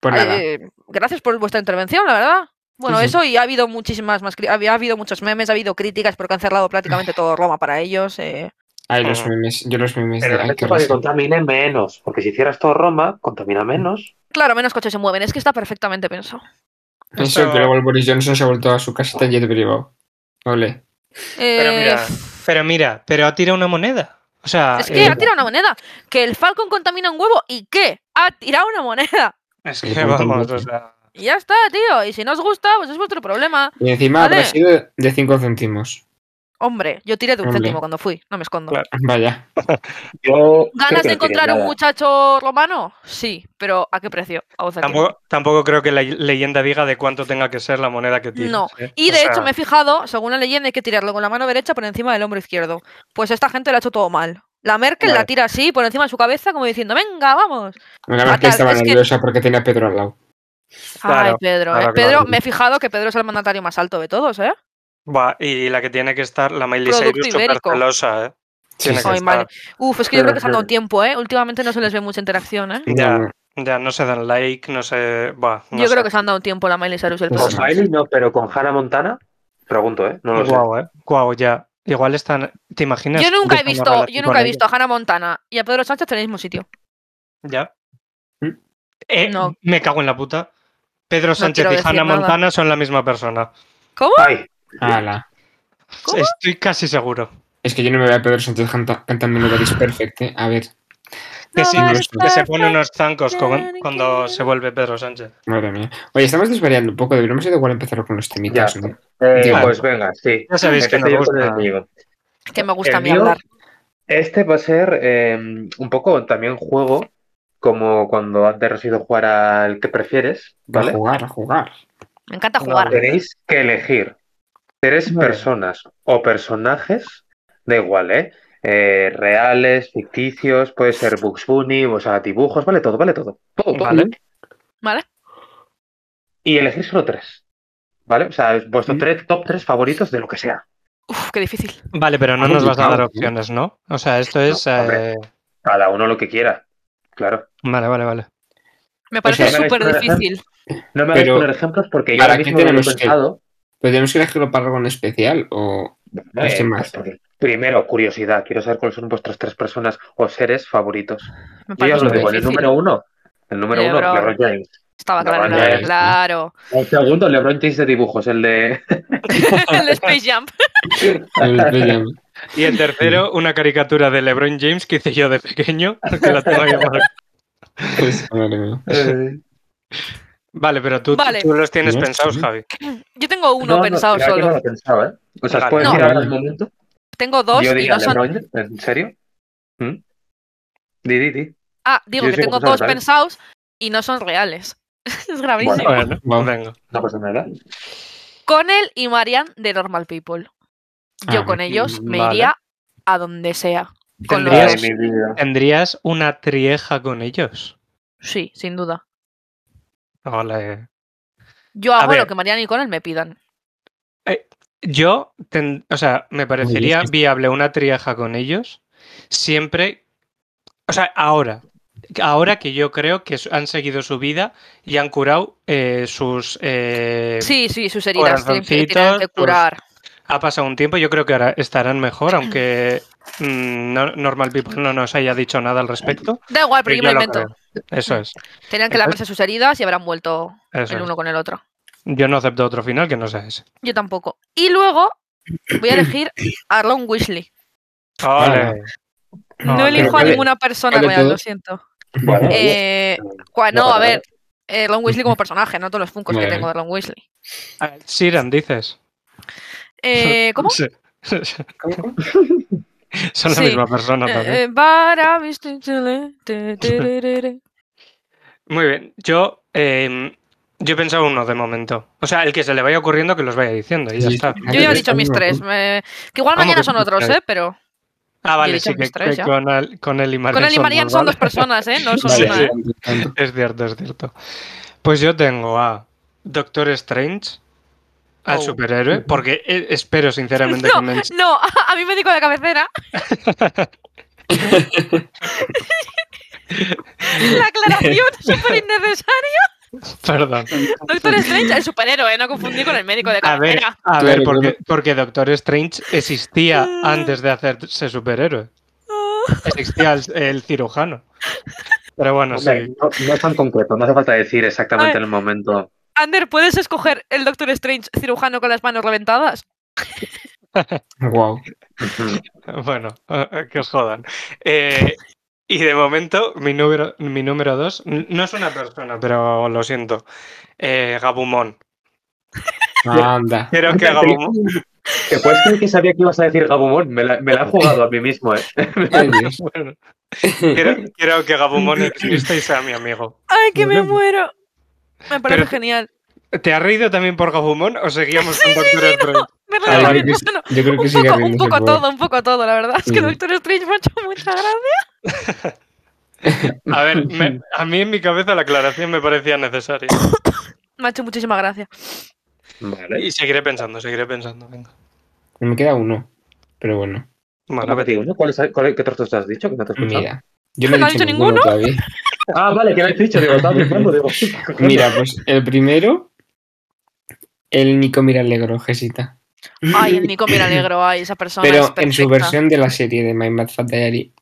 S4: Pues nada.
S3: Eh, gracias por vuestra intervención, la verdad. Bueno,
S4: Sí, sí.
S3: eso y ha habido muchísimas más, cri- ha habido muchos memes, ha habido críticas porque han cerrado prácticamente todo Roma para ellos. eh.
S4: Ay, los
S2: Ujú.
S4: memes. Yo los memes
S1: ah. Pero
S4: de. Ay,
S1: esto
S4: qué
S1: para que
S4: risa.
S1: contamine menos, porque si hicieras todo Roma, contamina menos.
S3: Claro, menos coches se mueven, es que está perfectamente pensado.
S4: Eso que luego el Boris Johnson se ha vuelto a su casita en jet privado. Ole.
S2: Pero
S3: Eh,
S2: mira, pero mira, pero tira una moneda. O sea,
S3: es que
S2: eh,
S3: ha tirado una moneda. Que el Falcon contamina un huevo y qué? Ha tirado una moneda.
S2: es
S4: Le
S2: que
S4: falta un
S2: vamos,
S4: poco.
S2: o sea,
S3: Y ya está, tío. Y si no os gusta, pues es vuestro problema.
S4: Y encima
S3: Vale.
S4: habrá sido de 5 céntimos.
S3: Hombre, yo tiré de un
S4: Hombre.
S3: céntimo cuando fui, no me escondo.
S2: Claro.
S4: Vaya.
S1: Yo creo
S3: ¿Ganas
S1: que
S3: de
S1: no tiene
S3: encontrar un
S1: nada.
S3: muchacho romano? Sí, pero ¿a qué precio? A un céntimo.
S2: tampoco, tampoco creo que la leyenda diga de cuánto tenga que ser la moneda que tires.
S3: No.
S2: ¿eh?
S3: Y
S2: O
S3: de
S2: sea,
S3: hecho me he fijado, según la leyenda hay que tirarlo con la mano derecha por encima del hombro izquierdo. Pues esta gente lo ha hecho todo mal. La Merkel la
S2: Vale.
S3: tira así, por encima de su cabeza, como diciendo, venga, vamos.
S4: Una vez que
S3: Fatal,
S4: estaba
S3: es que-
S4: nerviosa porque tenía a Pedro al lado.
S3: Ay,
S2: Claro,
S3: Pedro,
S2: claro,
S3: eh. Pedro,
S2: claro.
S3: me he fijado que Pedro es el mandatario más alto de todos, ¿eh?
S2: va, y la que tiene que estar, la Miley
S3: Producto
S2: Cyrus, súper
S3: ibérico.
S2: celosa, ¿eh? Tiene que
S3: Ay,
S2: estar.
S3: madre. Uf, es que yo
S4: Pero-
S3: creo que se han dado tiempo, ¿eh? Últimamente no se les ve mucha interacción, ¿eh?
S2: Ya.
S4: No, no.
S2: Ya, no se dan like, no se... Va, no
S3: yo
S2: sé.
S3: creo que se han dado tiempo la Miley Cyrus y el
S4: No
S3: Pedro.
S4: sé.
S1: Con Miley no, pero con Hannah Montana, pregunto, ¿eh? No lo sé.
S2: Guau, ¿eh? Guau, ya. Igual están... ¿Te imaginas?
S3: Yo nunca he
S2: Empiezan una
S3: visto,
S2: relación
S3: yo nunca he
S2: con
S3: visto a Hannah Montana y a Pedro Sánchez en el mismo sitio.
S2: ella? Ya.
S4: ¿Mm?
S2: Eh,
S3: No.
S2: Me cago en la puta. Pedro Sánchez
S3: quiero
S2: y
S3: decir
S2: Hannah
S3: nada.
S2: Montana son la misma persona.
S3: ¿Cómo?
S1: Ay,
S4: Ala.
S3: ¿Cómo?
S2: Estoy casi seguro.
S4: Es que yo no me voy a Pedro Sánchez canta- cantando Nobody is Perfect, ¿eh? A ver,
S2: Que sí,
S4: vale,
S2: que se pone
S3: perfecto.
S2: unos zancos con-
S3: Claro, claro.
S2: cuando se vuelve Pedro Sánchez.
S4: madre mía. Oye, estamos desvariando un poco, deberíamos ir igual empezar con los temitas,
S1: Ya.
S4: ¿no?
S1: eh,
S4: Digo,
S1: pues venga, sí.
S2: Ya sabéis que
S1: Empiezo yo
S2: nos
S1: con el
S2: gusta.
S1: mío.
S3: Que me gusta a
S1: El
S3: mí
S1: mío,
S3: hablar.
S1: Este va a ser eh, un poco también juego, como cuando antes has ido a jugar al que prefieres,
S4: A
S1: ¿vale?
S4: jugar, a jugar.
S3: Me encanta
S2: No,
S3: jugar.
S2: de-
S1: Tenéis que elegir tres
S2: Vale.
S1: personas o personajes, da igual, ¿eh? Eh, reales, ficticios, puede ser Bugs Bunny, o sea, dibujos, vale todo, vale todo. Todo, todo.
S2: Vale.
S3: ¿Vale?
S1: Y elegir solo tres, ¿vale? O sea, vuestros
S4: Mm.
S1: tres, top tres favoritos de lo que sea.
S3: Uf, qué difícil.
S2: Vale, pero no
S4: Ah,
S2: nos vas a
S4: complicado,
S2: dar
S4: ¿no?
S2: opciones, ¿no? O sea, esto es.
S1: No, hombre.
S2: eh,
S1: Cada uno lo que quiera, claro.
S2: Vale, vale, vale.
S3: Me parece
S4: Pues
S1: sí, me
S3: súper
S1: parece-
S3: difícil.
S1: No me hagáis
S4: Pero,
S1: poner ejemplos porque yo
S4: ¿para
S1: ahora
S4: qué
S1: mismo no lo he
S4: tenemos que-
S1: pensado.
S4: ¿Pero tenemos que elegirlo para algo en especial o...?
S1: No,
S4: Los
S1: eh,
S4: demás.
S1: pues, porque- primero, curiosidad. Quiero saber cuáles son vuestros tres personas o seres favoritos.
S3: Me
S1: Yo ya
S3: parece
S1: os lo
S3: súper
S1: digo, el
S3: difícil.
S1: número uno. El número uno,
S3: LeBron.
S1: LeBron James.
S3: Estaba
S1: No,
S3: claro,
S1: vale,
S3: LeBron,
S4: vale.
S3: claro.
S1: El segundo, LeBron James de dibujos, el de...
S3: El de Space Jump.
S4: el Bellingham?
S2: Y el tercero, una caricatura de LeBron James que hice yo de pequeño, que la *laughs* tengo ahí guardada.
S4: Pues, madre mía.
S2: Vale, pero tú,
S3: Vale.
S2: tú los tienes
S4: No,
S2: pensados,
S4: sí.
S2: Javi.
S3: Yo tengo uno
S1: No, no,
S3: pensado
S1: mira que
S3: solo.
S1: no lo pensaba, ¿eh? O sea,
S2: Vale.
S1: ¿os puedo
S3: No.
S1: decir ahora en el momento?
S3: Tengo dos
S1: Yo
S3: y
S1: diría
S3: no son.
S1: LeBron James, ¿en serio? ¿Mm? Di, di, di.
S3: Ah, digo
S1: yo
S3: que
S1: soy
S3: tengo
S1: profesor,
S3: dos
S1: ¿vale?
S3: pensados y no son reales. *laughs* es gravísimo.
S1: Bueno.
S2: Bueno,
S4: Vamos.
S2: venga.
S1: No pasa nada.
S3: Connell y Marian de Normal People. Yo
S4: Ah,
S3: con ellos me
S2: vale.
S3: iría a donde sea. Con los
S2: Tendrías-
S1: Ay,
S3: dos.
S1: mi vida.
S2: ¿Tendrías una trieja con ellos?
S3: Sí, sin duda.
S2: Ole.
S3: Yo
S2: A
S3: hago lo
S2: ver.
S3: que Marian y Connell me pidan.
S2: Yo, ten- o sea, me parecería
S4: bien.
S2: viable una trieja con ellos siempre, o sea, ahora, ahora que yo creo que su- han seguido su vida y han curado eh, sus... eh,
S3: Sí, sí, sus heridas tienen que- tienen
S2: corazoncitos, pues,
S3: que
S2: sus-
S3: curar.
S2: Ha pasado un tiempo, yo creo que ahora estarán
S3: *clears throat*
S2: mejor, aunque mm, no- Normal People no nos haya dicho nada al respecto.
S3: Da igual, pero
S2: pero
S3: yo me
S2: yo
S3: lo
S2: lo
S3: invento.
S2: creo. Eso es,
S3: Tenían que
S2: Entonces-
S3: lavarse sus heridas y habrán vuelto
S2: eso
S3: el
S2: es.
S3: uno con el otro.
S2: Yo no acepto otro final que no sea ese.
S3: Yo tampoco. Y luego voy a elegir a Ron Weasley.
S4: Ole.
S2: Ole.
S3: No,
S2: Ole.
S3: elijo a
S4: vale.
S3: ninguna persona
S4: Vale,
S3: real, lo
S4: todos.
S3: siento.
S1: Bueno,
S3: Eh,
S1: oye,
S3: cua-
S1: no
S3: no, a
S1: pasa
S3: ver. eh, Ron Weasley como personaje, no todos los funcos que
S4: Vale.
S3: tengo de Ron Weasley.
S2: Ah, Siran, dices.
S3: Eh,
S2: *laughs*
S3: ¿Cómo?
S2: Sí.
S4: ¿Cómo?
S2: Son la
S3: Sí. *laughs*
S2: misma persona también.
S3: Eh, eh, Vara, viste, chile, te, te, re, re,
S2: *laughs*
S3: re.
S2: Muy bien, yo, eh, yo he pensado uno de momento. O sea, el que se le vaya ocurriendo que los vaya diciendo y ya
S4: Sí,
S2: está.
S4: sí.
S3: Yo ya he
S4: Antes
S3: dicho mis
S4: estaba-
S3: tres. me- Que igual
S2: Vamos,
S3: mañana
S2: que
S3: son
S2: son
S3: otros,
S2: tres.
S3: ¿eh? Pero
S2: Ah,
S3: he
S2: vale,
S3: dicho
S2: sí, que,
S3: mis tres
S2: que
S3: ya.
S2: con, el- con él y Marian
S3: Con él y
S2: son
S3: Marian
S2: dos,
S3: son
S2: ¿vale?
S3: dos personas, ¿eh? No son
S2: Sí,
S4: Vale,
S3: una.
S2: sí.
S3: ¿eh?
S4: tanto.
S2: Es cierto, es cierto. Pues yo tengo a Doctor Strange, al
S3: Oh.
S2: superhéroe, porque eh,
S3: *laughs*
S2: espero sinceramente que me...
S3: No, a mí me dijo la cabecera. la aclaración súper
S2: *laughs*
S3: innecesaria.
S2: Perdón.
S3: Doctor Strange, el superhéroe, no confundir con el médico de
S2: A ver,
S3: cabecera.
S2: a
S4: Claro,
S2: ver,
S4: claro.
S2: porque, porque Doctor Strange existía antes de hacerse superhéroe. Existía el, el cirujano. Pero bueno,
S1: Hombre,
S2: sí.
S1: no, no es tan concreto, no hace falta decir
S3: A
S1: exactamente
S3: ver.
S1: en el momento. *laughs*
S3: Ander, ¿puedes escoger el Doctor Strange cirujano con las manos reventadas?
S4: Guau.
S1: Ujú.
S2: *laughs* Bueno, eh, eh, que os jodan. Eh, y de momento, mi número, mi número dos n- no es una persona, pero lo siento. Eh, Gabumón. *laughs*
S4: Anda.
S2: Quiero que Gabumón.
S1: Que puedes creer que sabía que ibas a decir Gabumon, me la, me la he jugado a mí mismo, ¿eh?
S4: Ay, Dios.
S2: *laughs* bueno, quiero, quiero
S4: *laughs*
S2: que Gabumón exista y sea mi amigo.
S3: ¡Ay, que me
S4: Bueno.
S3: muero! Me parece
S2: Pero-
S3: genial.
S2: ¿Te has reído también por Gabumón o seguíamos con Doctor Strange?
S3: Verlo de
S2: Ah,
S3: la
S2: vale,
S3: misma- no,
S4: Yo creo que
S3: un
S4: sí que
S3: poco, *laughs* un
S4: reírnos se
S3: poco
S4: puede.
S3: todo, un poco todo, la verdad. Es que
S4: Sí.
S3: Doctor Strange me ha hecho mucha gracia.
S2: A ver, me- a mí en mi cabeza la aclaración me parecía necesaria.
S3: Me ha hecho muchísima gracia.
S1: Vale.
S2: Y seguiré pensando, seguiré pensando. Venga.
S4: Me queda uno. Pero bueno,
S2: Bueno,
S1: Bueno,
S2: a ver.
S1: digo, ¿no? ¿Cuál es, cuál, ¿Qué trozos te has dicho? Que no te he escuchado.
S4: mira. Yo no
S3: ¿No
S4: he
S3: ha
S4: dicho
S3: dicho
S4: ninguno
S3: ninguno?
S4: todavía.
S1: Ah, vale, que lo has dicho, digo, también, claro, digo.
S4: pues Mira, pues el primero, el Nico Miralegro, Gesita.
S3: Ay, el
S4: *laughs*
S3: Nico, me alegro, ay, esa persona. es
S4: Pero en su
S3: perfecta.
S4: versión de la serie de My Mad Fat Diary.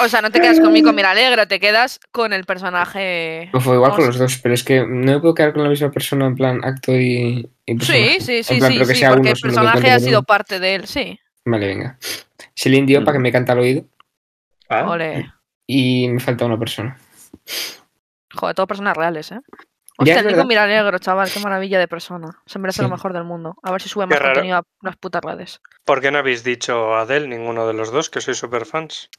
S3: O sea, no te quedas con Nico, me alegro, te quedas con el personaje.
S4: O fue igual
S3: O
S4: con
S3: sea-
S4: los dos, pero es que no me puedo quedar con la misma persona en plan acto y, y personaje.
S3: Sí, sí, sí,
S4: En plan,
S3: sí,
S4: pero que
S3: sí,
S4: sea
S3: porque
S4: uno
S3: el
S4: solo que
S3: personaje
S4: cuente
S3: ha
S4: con
S3: sido
S4: uno.
S3: parte de él, sí.
S4: Vale, venga. Celine Dion para que me canta al oído
S1: Ah,
S3: Ole.
S4: y me falta una persona.
S3: Joder, todo personas reales, ¿eh?
S4: Ya, es
S3: Hostia, el
S4: verdad.
S3: Nico Miralegro, chaval, qué maravilla de persona. Se merece lo
S4: Sí.
S3: mejor del mundo. A ver si sube
S2: Qué
S3: más
S2: raro.
S3: contenido a unas putas redes.
S2: ¿Por qué no habéis dicho Adele ninguno de los dos, que soy super fans?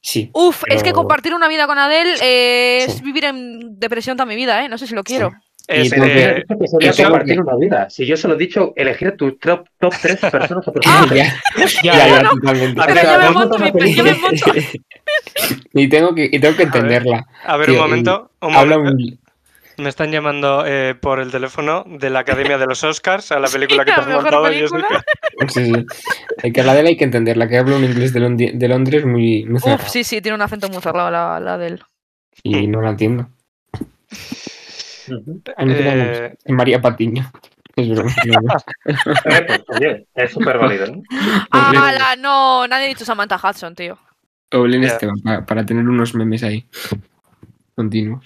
S4: Sí.
S3: Uf, es que
S4: Pero-
S3: compartir una vida con Adele eh, es
S4: Sí.
S3: vivir en depresión toda mi vida, ¿eh? No sé si lo quiero.
S2: Este,
S4: Y
S1: Pero yo
S4: Eh,
S1: he dicho que sería
S4: y tengo-
S1: compartir una vida. Si yo solo he dicho elegir tu top, top 3 personas o personajes.
S4: *laughs* Ya,
S2: Ya,
S4: ya,
S2: ya.
S4: ya, totalmente.
S2: Pero
S1: O sea,
S2: yo me
S1: vos no
S3: monto mi
S1: te
S3: pe- yo me
S1: referís-
S3: monto-
S4: *laughs* Y tengo que, y tengo que entenderla.
S2: A ver, un
S4: Tío,
S2: momento. un
S4: Habla
S2: momento.
S4: un.
S2: Me están llamando eh, por el teléfono de la Academia de los Oscars
S3: *laughs*
S2: a la película que
S3: la
S2: te has
S3: mejor
S2: montado. y yo soy-
S3: película.
S4: sí, sí. Hay que hablarla, hay que entenderla. Que habla un inglés de, Londi- de Londres muy, muy cerrado.
S3: Uf, sí, sí, tiene un acento muy cerrado la, la Adele.
S4: Y
S2: Mm.
S4: no la entiendo.
S1: Ujú.
S4: A mí me da
S2: Eh,
S4: mucho. María Patiño. Es broma. es
S2: *laughs*
S4: broma.
S1: Eh, pues, oye, es súper válido. ¿no?
S4: Pues
S3: ¡Hala! No, nadie ha dicho Samantha Hudson, tío.
S4: O Belén
S2: Ya.
S4: Esteban, para, este, para tener unos memes ahí.
S2: *laughs*
S4: Continuos.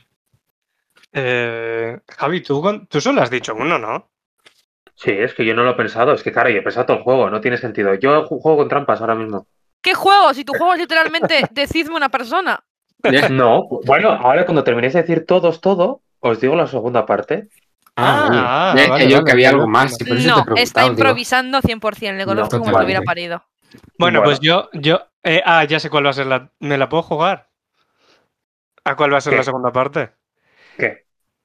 S2: eh, Javi, ¿tú, con- tú solo has dicho uno, ¿no?
S1: Sí, es que yo no lo he pensado. Es que, claro, yo he pensado todo el juego. No tiene sentido. Yo ju- juego con trampas ahora mismo.
S3: ¿Qué juego? Si tu juego
S4: *laughs*
S3: es literalmente decidme una persona.
S1: No, bueno, ahora cuando terminéis de decir todos todo, os digo la segunda parte.
S2: Ah,
S4: vale. Ya
S2: vale,
S4: decía yo
S2: vale,
S4: que había
S2: vale.
S4: algo más. y por eso
S3: No,
S4: te he
S3: está
S4: preguntado, digo.
S3: improvisando 100%, le conozco como si lo
S1: total.
S3: hubiera parido.
S2: Bueno,
S1: Bueno.
S2: pues yo, yo, eh, ah, ya sé cuál va a ser la, me la puedo jugar. ¿A cuál va a ser
S1: ¿Qué?
S2: la segunda parte?
S1: ¿Qué?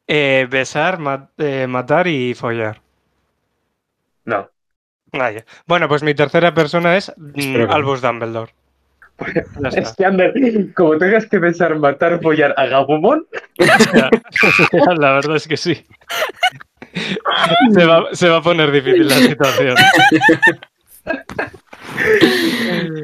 S2: Eh, besar, ma- eh, matar y follar.
S1: No.
S2: Vaya. Bueno, pues mi tercera persona es mm,
S4: Espero que no.
S2: Albus Dumbledore. Ya está.
S1: Es que, Este Ander, como tengas que pensar matar, follar a Gabumon,
S2: Ya. Ya, *laughs* la verdad es que sí. Se va, se va a poner difícil la situación.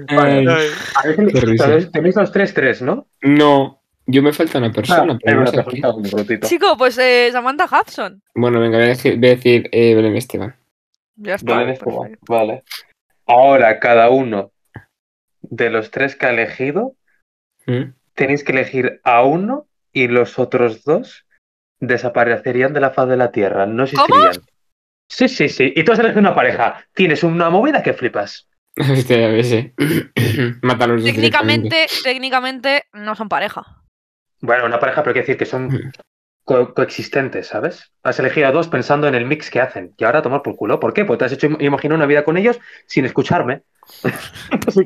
S4: Ay,
S2: Ay,
S4: qué risa.
S1: tenéis tenéis los 3-3, ¿no?
S4: no, yo me falta una
S2: Ah,
S4: persona.
S1: hay
S4: pero no
S1: una
S4: sé qué.
S1: persona, un brutito.
S3: Chico, pues eh, Samantha Hudson.
S4: Bueno, venga, voy a decir, voy a decir, eh, Belén Esteban.
S3: Ya está.
S1: Vale,
S2: pues,
S3: perfecto.
S4: Pues,
S1: vale, vale. Ahora, cada uno de los tres que ha elegido,
S4: ¿Mm? *laughs*
S1: tenéis que elegir a uno y los otros dos desaparecerían de la faz de la Tierra, no existirían. Sí, sí, sí. Y tú has elegido una pareja. Tienes una movida que flipas.
S4: Este, ya ves, eh. *coughs* Mata a los dos directamente.
S3: Técnicamente, técnicamente no son pareja.
S1: Bueno, una pareja, pero quiero decir que son co- coexistentes, ¿sabes? Has elegido a dos pensando en el mix que hacen. Y ahora a tomar por culo. ¿Por qué? Pues te has hecho im- imaginar una vida con ellos sin escucharme.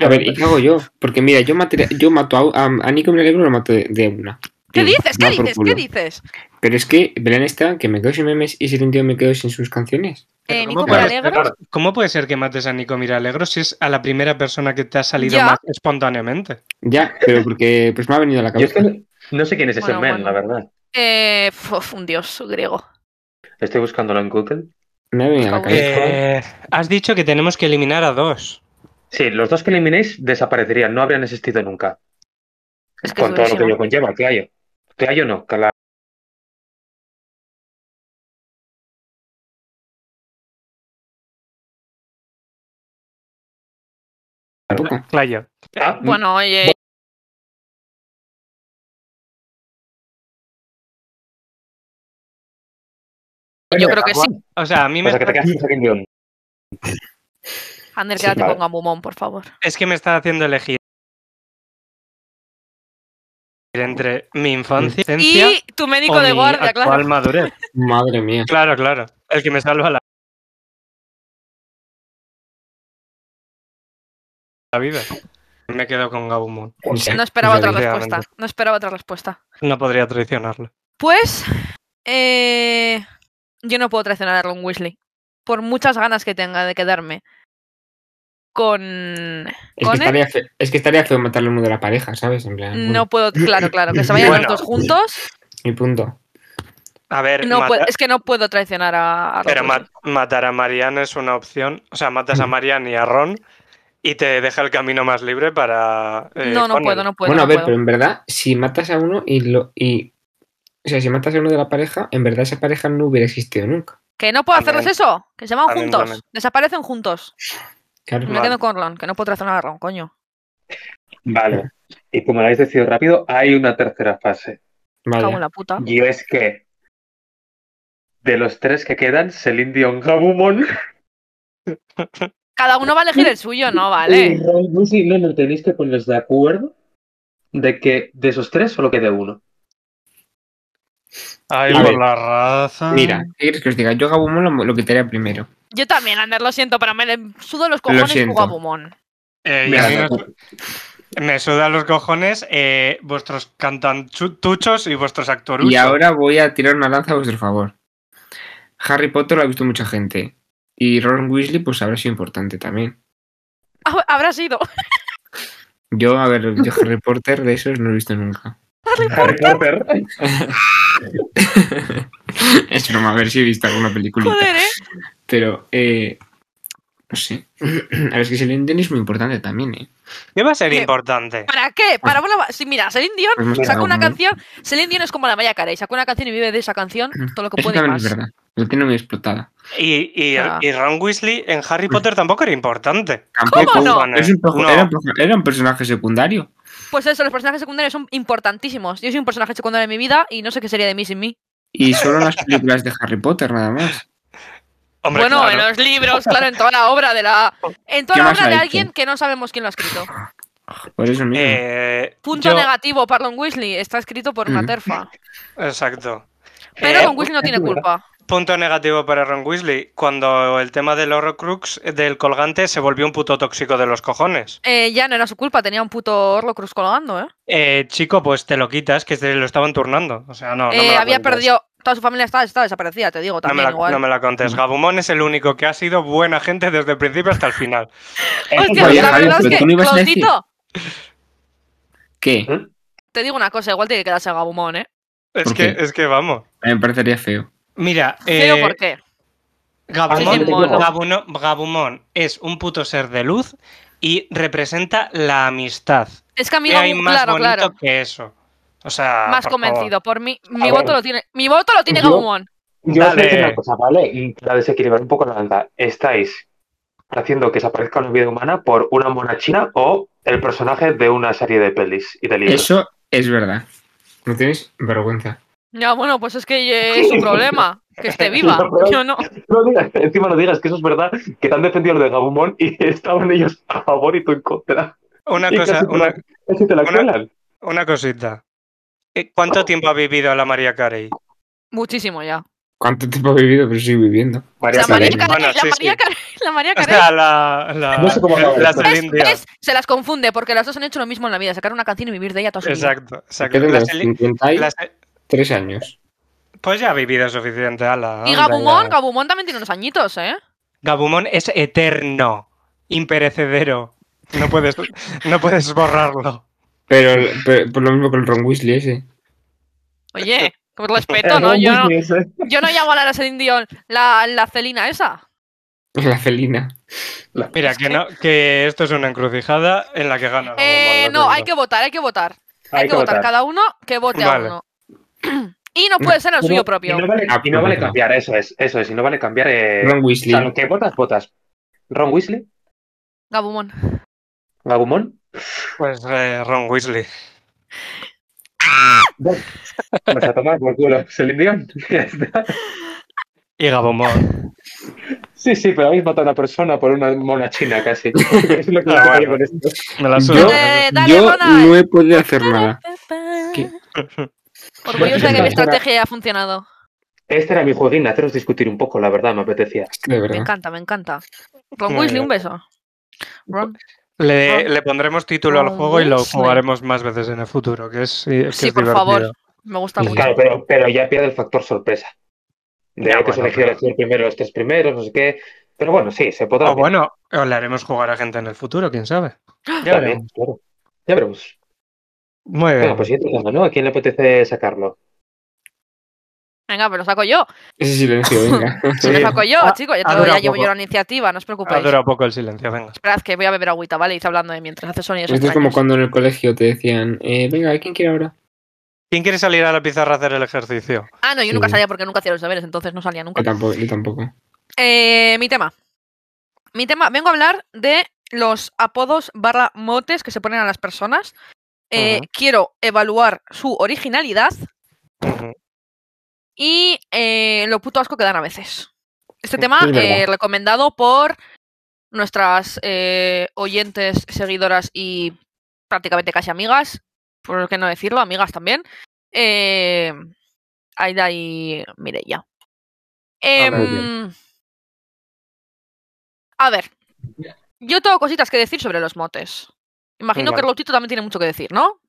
S4: A ver, ¿y qué hago yo? Porque mira, yo, maté- yo mato a, a, a Nico Milagro lo mato de, de una.
S3: ¿Qué
S4: Sí,
S3: dices? ¿Qué
S4: va por
S3: dices?
S4: culo.
S3: ¿Qué dices?
S4: Pero es que Belén Esteban, que me quedo sin memes y sin tío me quedo sin sus canciones.
S3: Eh,
S2: ¿cómo
S3: Nico
S2: puede
S3: Miralegro.
S1: Claro.
S2: ¿Cómo puede ser que mates a Nico Miralegro si es a la primera persona que te ha salido
S3: Ya.
S2: más espontáneamente?
S4: Ya, pero porque pues me ha venido a la
S1: Yo es
S4: cabeza.
S1: que no sé quién es ese
S3: Bueno,
S1: men,
S3: bueno.
S1: la verdad.
S3: Eh, fuf, un dios griego.
S1: Estoy buscándolo en Google.
S4: Me ha venido a la
S3: Por favor.
S4: cabeza.
S2: Eh, has dicho que tenemos que eliminar a dos.
S1: Sí, los dos que eliminéis desaparecerían, no habrían existido nunca.
S3: Es que
S1: con
S3: es
S1: todo lo que
S3: durísimo.
S1: ello conlleva, claro. Claro, no, claro.
S4: Tampoco.
S2: Claro.
S1: Ah,
S3: Bueno, oye. Yo creo que sí.
S2: O sea, a mí me
S1: O sea, Pues que te
S2: está-
S1: quedas sin guión.
S3: Ander,
S1: Sí,
S3: quédate
S1: vale.
S3: con Gabumon, por favor.
S2: es que me está haciendo elegir entre mi infancia
S3: Y tu médico
S2: o
S3: de
S2: mi
S3: guardia,
S2: actual
S3: claro.
S2: madurez.
S4: Madre mía.
S2: Claro, claro. El que me salva la, la vida. Me quedo con Gabumon.
S3: No esperaba otra
S2: Pues,
S3: respuesta. No esperaba otra respuesta.
S2: No podría traicionarlo.
S3: Pues. eh, yo no puedo traicionar a Ron Weasley. Por muchas ganas que tenga de quedarme con.
S4: Es
S3: con
S4: que,
S3: él.
S4: estaría fe- es que estaría feo matarle a uno de la pareja, ¿sabes? En plan, bueno,
S3: No puedo, claro, claro, que se vayan
S1: Bueno.
S3: los dos juntos.
S4: y punto.
S2: A ver,
S3: No
S2: mata-
S3: puedo- es que no puedo traicionar a, a
S2: pero
S3: Rodrigo.
S2: ma- matar a Marianne es una opción. O sea, matas a Marianne y a Ron y te deja el camino más libre para. eh,
S3: No, no
S2: Connell.
S3: puedo, no puedo.
S4: bueno, a
S3: no
S4: ver,
S3: puedo.
S4: pero en verdad, si matas a uno y lo. Y, o sea, si matas a uno de la pareja, en verdad esa pareja no hubiera existido nunca.
S3: Que no puedo hacerles
S2: También.
S3: eso. Que se van
S2: También,
S3: juntos.
S2: también.
S3: Desaparecen juntos.
S4: Claro.
S3: Me
S2: Vale.
S3: quedo con Ron, que no puedo hacer nada a Ron, coño.
S1: Vale. Y como lo habéis decidido rápido, hay una tercera fase.
S3: Cago en
S4: Vale.
S3: la puta.
S1: Y es que de los tres que quedan, Celine Dion, Gabumon.
S3: Cada uno va a elegir el suyo, ¿no? Vale.
S1: no, no, tenéis que poneros de acuerdo de que de esos tres solo quede
S3: *laughs*
S1: uno.
S2: Ay,
S4: A
S2: por
S4: ver.
S2: la raza.
S4: Mira, ¿qué quieres que os diga? Yo a Gabumon lo, lo quitaría primero.
S3: Yo también, Ander, lo siento, pero me le- sudo los cojones tu
S4: siento.
S3: Gabumon.
S2: Eh, y
S4: Mira,
S2: a mí me,
S4: no.
S2: me sudan los cojones eh, vuestros cantantuchos y vuestros actoruchos.
S4: Y ahora voy a tirar una lanza a vuestro favor. Harry Potter lo ha visto mucha gente. Y Ron Weasley, pues habrá sido importante también.
S3: Ah, Habrá
S4: *laughs*
S3: sido.
S4: Yo, a ver,
S3: *laughs*
S4: yo Harry Potter de esos no lo he visto
S2: *laughs*
S4: nunca.
S1: Harry Potter.
S4: es broma, a ver si he visto alguna película.
S3: Joder, ¿eh?
S4: Pero, eh, no sé. *clears throat* A ver, es que Celine Dion es muy importante también, ¿eh?
S2: ¿Qué va a ser
S3: Eh,
S2: importante?
S3: ¿Para qué? Para una... Si mira, Celine Dion
S4: Pues hemos
S3: sacó
S4: quedado
S3: una
S4: mal.
S3: canción. Celine Dion es como la Maya Carey. Sacó una canción y vive de esa canción todo lo que
S4: Mm. Eso
S3: puede y
S4: también
S3: más.
S4: es verdad. Lo tiene muy explotada.
S2: Y, y-
S3: Ah.
S2: y Ron Weasley en Harry Potter tampoco era importante.
S4: Tampoco.
S3: no?
S4: Es un poco-
S2: No.
S4: era, un poco- era un personaje secundario.
S3: Pues eso, los personajes secundarios son importantísimos. Yo soy un personaje secundario en mi vida y no sé qué sería de mí sin mí.
S4: Y solo en
S3: *laughs*
S4: las películas de Harry Potter, nada más.
S2: Hombre,
S3: bueno,
S2: claro.
S3: en los libros, claro, en toda la obra de la. En toda
S4: ¿Qué
S3: la
S4: más
S3: obra
S4: ha
S3: de
S4: hecho?
S3: alguien que no sabemos quién lo ha escrito.
S4: Por eso mismo.
S2: Eh,
S3: Punto
S2: yo-
S3: negativo para Ron Weasley. Está escrito por una
S4: Mm. *laughs*
S3: terfa.
S2: Exacto.
S3: Pero
S2: Eh,
S3: Ron Weasley no tiene culpa.
S2: Punto negativo para Ron Weasley, cuando el tema del Horrocrux eh, del colgante se volvió un puto tóxico de los cojones.
S3: Eh, ya no era su culpa, tenía un puto Orlo Cruz colgando, ¿eh?
S2: Eh, chico, pues te lo quitas, que se lo estaban turnando. O sea, no, no me
S3: Eh,
S2: la
S3: había
S2: cuentes.
S3: perdido. Toda su familia estaba, estaba desaparecida, te digo,
S2: No
S3: también
S2: me, la,
S3: igual.
S2: no me la contes. Gabumón es el único que ha sido buena gente desde el principio hasta el final.
S3: Hostia,
S4: Oye,
S3: la
S4: Javi, pero
S3: verdad es que,
S4: tú no ibas a decir-
S3: Claudito,
S4: ¿Qué?
S3: te digo una cosa, igual tiene que quedarse Gabumón, ¿eh?
S2: Es
S4: ¿Por
S2: que,
S4: qué?
S2: es que vamos.
S4: A mí Me parecería feo.
S2: Mira,
S3: Pero
S2: eh,
S3: ¿por qué?
S2: Gabumón,
S3: Sí, sí, mono.
S2: Gabuno- Gabumón es un puto ser de luz y representa la amistad.
S3: Es que a mí
S2: ¿Qué eh, hay
S3: Gabumón,
S2: más
S3: claro,
S2: bonito
S3: claro.
S2: que eso? O sea,
S3: Más
S2: por
S3: convencido. Por mí, mi
S1: Ah,
S3: voto
S1: bueno.
S3: lo tiene. Mi voto lo tiene
S1: Yo-
S3: Gabumón.
S1: Yo os voy a decir
S2: Dale.
S1: una cosa, ¿vale? Y para desequilibrar un poco la lanza, estáis haciendo que desaparezca una vida humana por una mona china o el personaje de una serie de pelis y de libros.
S4: Eso es verdad. No tenéis vergüenza.
S3: Ya, bueno, pues es que
S4: *laughs*
S3: eh, es su problema. Que esté viva.
S1: No, pero-
S3: Yo no.
S1: *laughs* No digas, encima no digas que eso es verdad, que te han defendido lo de Gabumon y *laughs* estaban ellos a favor y tú en contra.
S2: favor. Una
S1: Y
S2: cosa,
S1: casi te
S2: una,
S1: la- casi te la
S2: una-
S3: eh,
S1: cuelan.
S2: una cosita. Eh, ¿Cuánto tiempo ha vivido la María Carey?
S3: Muchísimo ya.
S4: ¿Cuánto tiempo he vivido? Pero sigo viviendo.
S1: María
S3: La María
S1: Carey.
S4: Carey.
S3: Carey,
S2: Bueno,
S3: la
S2: sí,
S3: María
S2: sí.
S3: Carey, la María
S2: O
S3: Carey.
S2: sea, *laughs* la, la,
S1: No sé cómo acaba
S2: la
S1: esto.
S3: ¿Ves?
S2: Celine Dion.
S3: ¿Ves? Se las confunde porque las dos han hecho lo mismo en la vida, sacar una canción y vivir de ella toda su vida.
S2: Exacto, exacto.
S4: Tengo
S2: La
S4: unos
S2: Celine-
S4: 53
S2: la Ce-
S4: años.
S2: pues ya ha vivido suficiente, ala.
S3: Y
S2: anda
S3: Gabumón,
S2: ya.
S3: Gabumón también tiene unos añitos, ¿eh?
S2: Gabumón es eterno, imperecedero. No puedes, no puedes borrarlo.
S4: Pero, pero por lo mismo que el Ron Weasley ese. *laughs*
S3: Oye, con respeto, ¿no? Yo no, yo no llamo a la Celine Dion la, la Celina esa.
S4: La felina.
S2: Mira, que, no, que esto es una encrucijada en la que gana. Gabumón,
S3: Eh,
S2: lo
S3: no, hay
S2: siento.
S3: que votar, hay que votar. Hay, que, votar. cada uno que vote
S2: Vale.
S3: a uno. *clears throat* Y no puede ser el suyo
S1: Y
S3: propio.
S1: no vale, y no vale cambiar, eso es, eso es, y no vale cambiar. eh,
S4: Ron
S1: o
S4: Weasley.
S1: sea, lo que votas, votas. Ron Weasley,
S3: Gabumón.
S1: Gabumon.
S2: Pues eh, Ron Weasley.
S1: Vas pues a tomar por culo. *laughs* Celine Dion. Ya está.
S2: Y Gabumón.
S1: Sí, sí, pero habéis matado a una persona por una mona china *laughs* casi. Es lo que
S2: Ah,
S1: me pone
S2: bueno.
S1: con esto.
S2: Me la
S4: Yo-
S2: suda.
S3: Eh, dale,
S4: Yo
S3: Ronald.
S4: no he podido hacer nada. ¿Qué?
S3: Orgullosa de que
S1: Espera.
S3: mi estrategia ha funcionado.
S1: Este era mi jueguín, haceros discutir un poco, la verdad, me apetecía.
S4: Es que de
S3: Me
S4: verdad.
S3: encanta, me encanta. Ron
S2: Muy
S3: Weasley,
S2: bien.
S3: un beso. Ron.
S2: Le,
S3: Ron-
S2: le pondremos título al
S3: Ron
S2: juego y lo
S3: Weasley.
S2: jugaremos más veces en el futuro, que es, sí, es que
S3: Sí,
S2: es
S3: por favor.
S2: divertido.
S3: Me gusta
S4: Sí.
S3: mucho.
S1: Claro, pero, pero ya pierde el factor sorpresa. De
S2: Ya,
S1: que se
S2: bueno,
S1: elegido
S2: pero-
S1: elegir primero los tres primeros, no sé qué. Pero bueno, sí, se podrá.
S2: O bueno, o le haremos jugar a gente en el futuro, quién sabe. Ya
S1: También,
S2: veremos.
S1: claro. Ya veremos.
S2: Muy bien.
S1: Bueno, pues siguiente tema, ¿no? ¿A quién le apetece sacarlo?
S3: Venga, pero lo saco yo.
S4: Ese
S3: *laughs*
S4: silencio, venga.
S2: Sí.
S3: Lo saco yo, pues.
S2: Ha-
S3: chicos. Ya,
S2: ha
S3: te- ya
S2: durado
S3: llevo yo
S2: poco.
S3: la iniciativa, no os
S2: ha
S3: preocupéis.
S2: durado poco el silencio, venga.
S3: Esperad que voy a beber agüita, ¿vale? Y hablando de mientras hace sonidos
S4: Esto es como
S3: extraños.
S4: cuando en el colegio te decían, eh, venga, ¿quién quiere ahora?
S2: ¿Quién quiere salir a la pizarra a hacer el ejercicio?
S3: Ah, no, yo nunca
S4: Sí.
S3: salía porque nunca hacía los deberes, entonces no salía nunca.
S4: Yo tampoco. Yo tampoco.
S3: Eh, mi tema. Mi tema, vengo a hablar de los apodos barra motes que se ponen a las personas. Eh,
S2: Ujú.
S3: Quiero evaluar su originalidad ¿Eh?
S2: Ujú.
S3: y eh, lo puto asco que dan a veces. Este tema
S4: Es verdad.
S3: eh, recomendado por nuestras eh, oyentes, seguidoras y prácticamente casi amigas, por qué no decirlo, amigas también, eh, Aida y Mireia.
S2: Ah, muy
S3: Em, a ver, yo tengo cositas que decir sobre los motes. Imagino que
S2: Vale.
S3: Rautito también tiene mucho que decir, ¿no?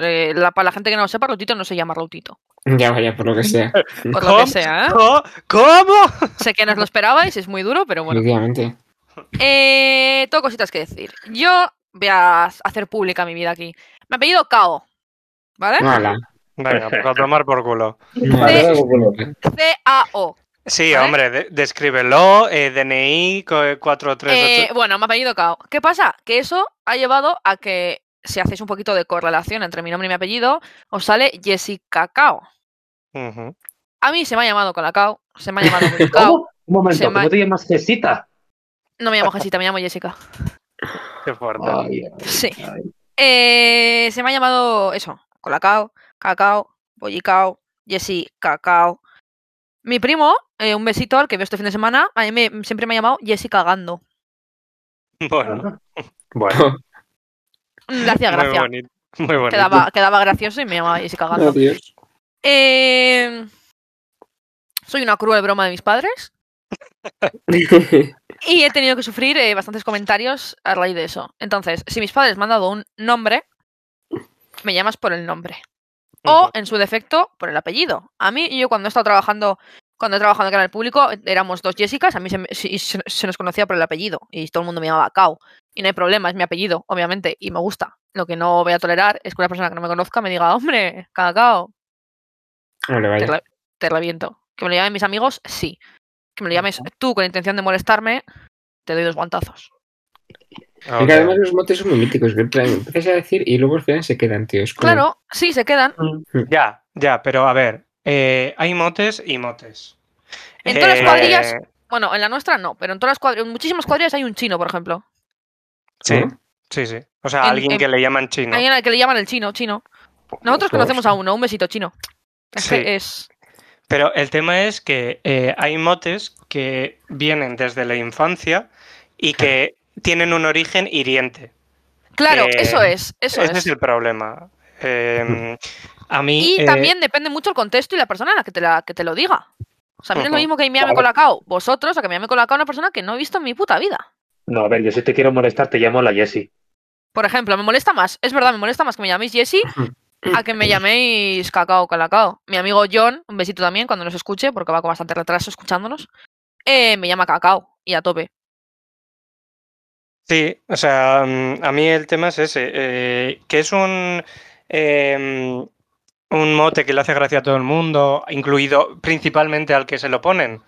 S3: Eh, la- para la gente que no lo sepa, Rautito no se llama Rautito.
S4: Ya vaya, por lo que sea.
S3: Por lo
S2: ¿Cómo?
S3: que sea, ¿eh?
S2: ¿Co- ¿Cómo?
S3: Sé que no os lo esperabais, es muy duro, pero bueno.
S4: Efectivamente.
S3: Eh, tengo cositas que decir. Yo voy a hacer pública mi vida aquí. Me han pedido Kao. ¿Vale?
S4: Mala.
S2: Venga, pues a tomar por culo.
S4: Mala.
S3: Sí.
S4: eso es un-
S3: C-A-O.
S2: Sí,
S3: ¿Vale?
S2: hombre, de- descríbelo, eh, DNI co- eh,
S3: Eh,
S2: 438.
S3: bueno, me han pedido Kao. ¿Qué pasa? Que eso ha llevado a que si hacéis un poquito de correlación entre mi nombre y mi apellido, os sale Jessica Kao.
S2: Ujú.
S3: A mí se me ha llamado con la Kao, se me ha llamado con Kao.
S1: *laughs* ¿Cómo? Un
S3: Se
S1: momento,
S3: ma-
S1: ¿cómo te llamas Cesita?
S3: No me llamo Jessita, me llamo Jessica.
S2: Qué fuerte.
S1: Ay,
S3: Sí.
S1: ay.
S3: Eh, se me ha llamado eso, Colacao, Cacao, Bollicao, Jessy, Cacao. Mi primo, eh, un besito al que veo este fin de semana, a mí me- siempre me ha llamado Jessy cagando.
S2: *laughs* Bueno, bueno.
S3: Mm, Le hacía
S2: Muy
S3: gracia.
S2: bonito. Muy bonito.
S3: Quedaba, quedaba gracioso y me llamaba Jessy
S4: *laughs*
S3: cagando.
S4: Adiós.
S3: Eh, soy una cruel broma de mis padres
S4: *laughs*
S3: y he tenido que sufrir eh, bastantes comentarios a raíz de eso. Entonces, si mis padres me han dado un nombre, me llamas por el nombre. o en su defecto por el apellido. A mí, yo cuando he estado trabajando, cuando he trabajado en canal público, eh, éramos dos Jessicas, a mí se, me- sí, se- se nos conocía por el apellido y todo el mundo me llamaba Kao. Y no hay problema, es mi apellido, obviamente, y me gusta. Lo que no voy a tolerar es que una persona que no me conozca me diga, hombre, Cacao,
S4: Hombre,
S3: te,
S4: vaya.
S3: re- te reviento. Que me lo llamen mis amigos, sí. Que me lo llames tú con la intención de molestarme, te doy dos guantazos.
S1: Ah,
S2: Ok.
S4: Porque además los motes son muy míticos. Que en plan, empiezas a decir y luego al final se quedan, tío. Es como-
S3: Claro, sí, se quedan.
S2: Ya, ya, pero a ver, eh, hay motes y motes.
S3: En todas las
S2: Eh,
S3: cuadrillas- Bueno, en la nuestra no, pero en todas las cuadrillas, en muchísimas cuadrillas hay un chino, por ejemplo.
S2: Sí,
S4: ¿no?
S2: ¿Mm? sí, sí. O sea,
S3: En-
S2: alguien
S3: en-
S2: que le llaman chino.
S3: Hay en la que le llaman el chino, chino. Nosotros conocemos a uno, un besito chino. Es que
S2: Sí.
S3: es.
S2: Pero el tema es que eh, hay motes que vienen desde la infancia y que tienen un origen hiriente.
S3: Claro,
S2: Eh,
S3: eso es, eso
S2: Ese
S3: es.
S2: es el problema.
S3: *laughs*
S2: Eh, a mí.
S3: Y
S2: eh,
S3: también depende mucho el contexto y la persona a la que te, la, que te lo diga. O sea, a mí no es lo
S2: Ujú,
S3: mismo que me llame
S1: claro.
S3: Colacao vosotros a que me llame Colacao una persona que no he visto en mi puta vida.
S1: No, a ver, yo si te quiero molestar, te llamo la Jessie.
S3: Por ejemplo, me molesta más, es verdad, me molesta más que me llaméis Jessy a que me llaméis Cacao Colacao. Mi amigo John, un besito también cuando nos escuche, porque va con bastante retraso escuchándonos, eh, me llama Cacao y a tope.
S2: Sí, o sea, mm, a mí el tema es ese, eh, que es un, em, un mote que le hace gracia a todo el mundo, incluido principalmente al que se lo ponen.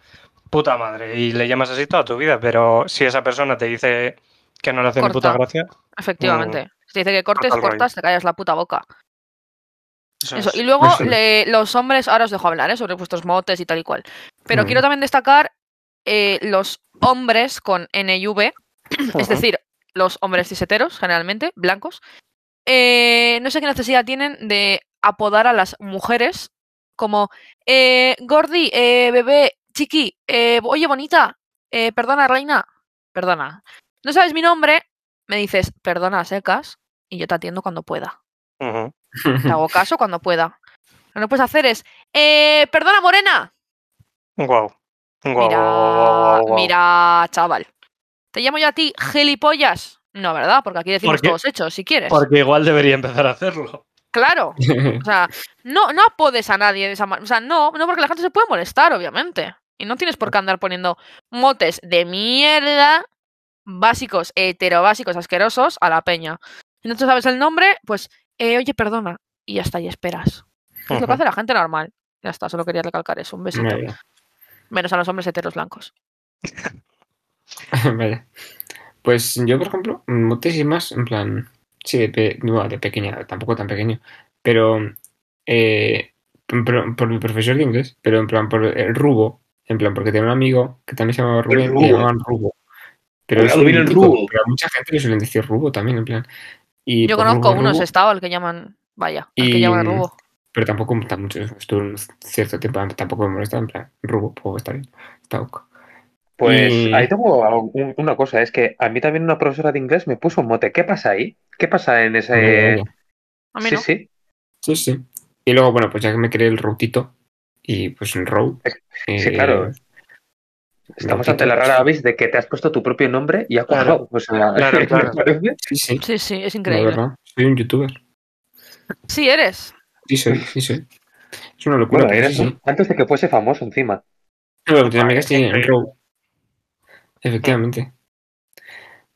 S2: Puta madre, y le llamas así toda tu vida, pero si esa persona te dice que no le hace ni puta
S3: Corta.
S2: gracia, Mm.
S3: Efectivamente. Si te dice que cortes,
S2: Corta el rollo.
S3: cortas, te callas la puta boca.
S2: eso
S3: Eso,
S2: es.
S3: Y luego
S4: Eso.
S3: le- los hombres, ahora os dejo hablar ¿eh? sobre vuestros motes y tal y cual. Pero
S4: Mm.
S3: quiero también destacar eh, los hombres con NIV, es
S2: Ujú.
S3: decir, los hombres ciseteros, generalmente, blancos. Eh, no sé qué necesidad tienen de apodar a las mujeres como eh, Gordi, eh, bebé, chiqui, eh, oye bonita, eh, perdona reina, perdona. No sabes mi nombre, me dices perdona a secas y yo te atiendo cuando pueda
S2: Ujú.
S3: te hago caso cuando pueda. Lo que no puedes hacer es, eh, perdona, morena.
S2: Guau. Guau,
S3: mira,
S2: guau, guau, guau, guau.
S3: mira, chaval. Te llamo yo a ti, gilipollas. No, ¿verdad? Porque aquí decimos
S2: Porque-
S3: todos hechos, si quieres.
S2: Porque igual debería empezar a hacerlo.
S3: Claro.
S4: *laughs*
S3: O sea, no, no apodes a nadie de esa manera. O sea, no, no, porque la gente se puede molestar, obviamente. Y no tienes por qué andar poniendo motes de mierda básicos, heterobásicos, asquerosos a la peña. Si no te sabes el nombre, pues, eh, oye, perdona. Y ya está, y esperas. Es
S2: *laughs*
S3: lo que
S2: Ujú.
S3: hace la gente normal. Ya está, solo quería recalcar eso. Un besito.
S4: Vaya.
S3: Menos a los hombres heteros blancos.
S4: Vaya. Pues yo, por ejemplo, motes y más, en plan. Sí, de, pe- no, de pequeña, tampoco tan pequeño. Pero eh, en pro- por mi profesor de inglés, pero en plan por el Rubo, en plan porque tenía un amigo que también se llamaba Rubén y
S1: Rubo. Ah,
S4: le llamaban Rubo. Pero
S1: Hola,
S4: es un
S1: viene el
S4: mítico,
S1: Rubo.
S4: pero a mucha gente le suelen decir Rubo también, en plan. Y
S3: Yo
S4: por
S3: conozco
S4: Rubo,
S3: unos
S4: Rubo,
S3: estados al que llaman. Vaya, al que
S4: Y-
S3: llaman Rubo.
S4: pero tampoco tan mucho, estuve un cierto tiempo, tampoco me molesta, en plan, Rubo, pues está bien, está ok.
S1: Pues
S4: Y-
S1: ahí tengo algo- un- una cosa, es que a mí también una profesora de inglés me puso un mote. ¿Qué pasa ahí? ¿Qué pasa en ese...?
S3: A mí
S1: Sí,
S3: no.
S1: sí.
S4: Sí, sí. Y luego, bueno, pues ya que me creé el routito y pues eh, el row.
S1: Sí, claro. Estamos ante la rara avis de que te has puesto tu propio nombre y ha
S2: Claro.
S1: cuajado. O sea, *laughs*
S2: Claro,
S1: ¿me
S2: claro.
S1: parece?
S4: Sí, sí.
S3: Sí, sí, es
S4: La
S3: increíble.
S4: verdad, soy un youtuber.
S3: Sí, eres.
S4: Sí, soy, sí, soy. Es una locura.
S1: Bueno,
S4: pero
S1: era
S4: sí, sí.
S1: antes de que fuese famoso encima.
S4: Claro, porque mis amigas tienen el
S2: Sí.
S4: row. Efectivamente.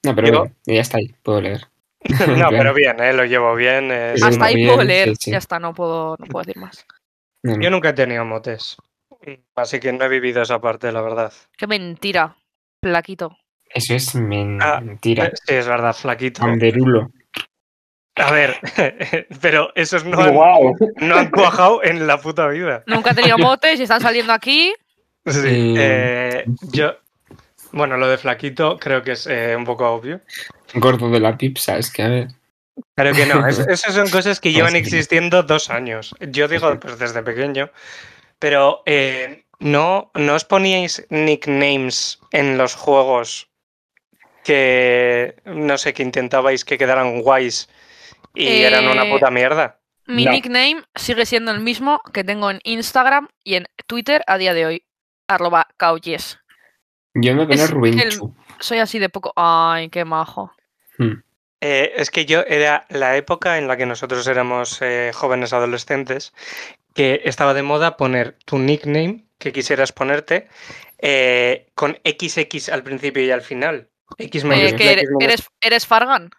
S4: No, pero
S2: Yo-
S4: bueno, ya está ahí, puedo
S2: *laughs*
S4: leer.
S2: No,
S4: Claro.
S2: pero bien, eh, lo llevo bien. eh,
S4: Sí,
S3: Hasta
S4: muy
S3: ahí
S4: bien,
S3: puedo leer.
S4: sí, sí.
S3: Ya está, no puedo, no puedo decir más.
S4: No, no.
S2: Yo nunca he tenido motes. Así que no he vivido esa parte, la verdad.
S3: Qué mentira. Plaquito.
S4: Eso es
S2: Ah,
S4: mentira.
S2: Eh, Sí, es verdad, flaquito.
S4: Panderulo.
S2: A ver, *laughs* pero esos no han,
S1: ¡Guau!
S2: no han cuajado en la puta vida.
S3: Nunca he
S4: *laughs*
S3: tenido motes y están saliendo aquí.
S2: Sí,
S4: Mm.
S2: eh, yo. Bueno, lo de flaquito creo que es eh, un poco obvio.
S4: Gordo de la pizza, es que a ver.
S2: Claro que no, es- esas son cosas que llevan
S4: Sí.
S2: existiendo dos años. Yo digo, pues desde pequeño. Pero eh, no, no os poníais nicknames en los juegos que no sé, que intentabais que quedaran guays y eran una
S3: Eh,
S2: puta mierda.
S3: Mi
S1: No.
S3: nickname sigue siendo el mismo que tengo en Instagram y en Twitter a día de hoy. Arroba cauyes.
S4: Yo me ponía
S3: Es el-
S4: Rubenchu.
S3: Soy así de poco. Ay, qué majo.
S2: Eh, es que yo era la época en la que nosotros éramos eh, jóvenes adolescentes, que estaba de moda poner tu nickname que quisieras ponerte eh, con XX al principio y al final. X
S4: Muy
S3: Eh,
S4: bien.
S3: que
S2: mayúscula,
S3: eres,
S2: X minúscula,
S3: eres, eres Fargan.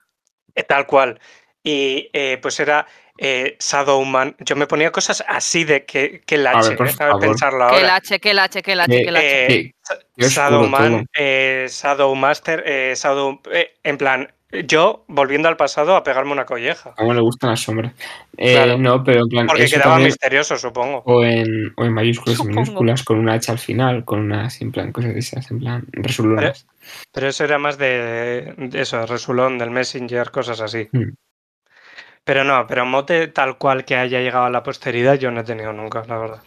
S2: eh, tal cual. Y eh, pues era eh, Shadowman. Yo me ponía cosas así de que, que la
S4: A ver,
S2: H,
S4: por
S2: eh, a
S4: favor.
S2: pensarlo
S3: Que el
S2: ahora.
S3: H, que el H, que el H, que el H.
S2: Eh,
S4: Que- que oscuro todo.
S2: Shadowman, eh, Shadowmaster, eh, Shadow. eh, en plan, yo volviendo al pasado a pegarme una colleja.
S4: A uno le gustan las sombras. Eh,
S2: Claro.
S4: No, pero en plan.
S2: Porque
S4: eso
S2: quedaba
S4: también-
S2: misterioso, supongo.
S4: o, en, o en mayúsculas y
S3: Supongo.
S4: minúsculas, con una H al final, con unas, en plan, cosas de esas, en plan, resolulonas.
S2: Pero eso era más de, de eso, Resulón, del Messenger, cosas así.
S4: Mm.
S2: Pero no, pero mote tal cual que haya llegado a la posteridad, yo no he tenido nunca, la verdad.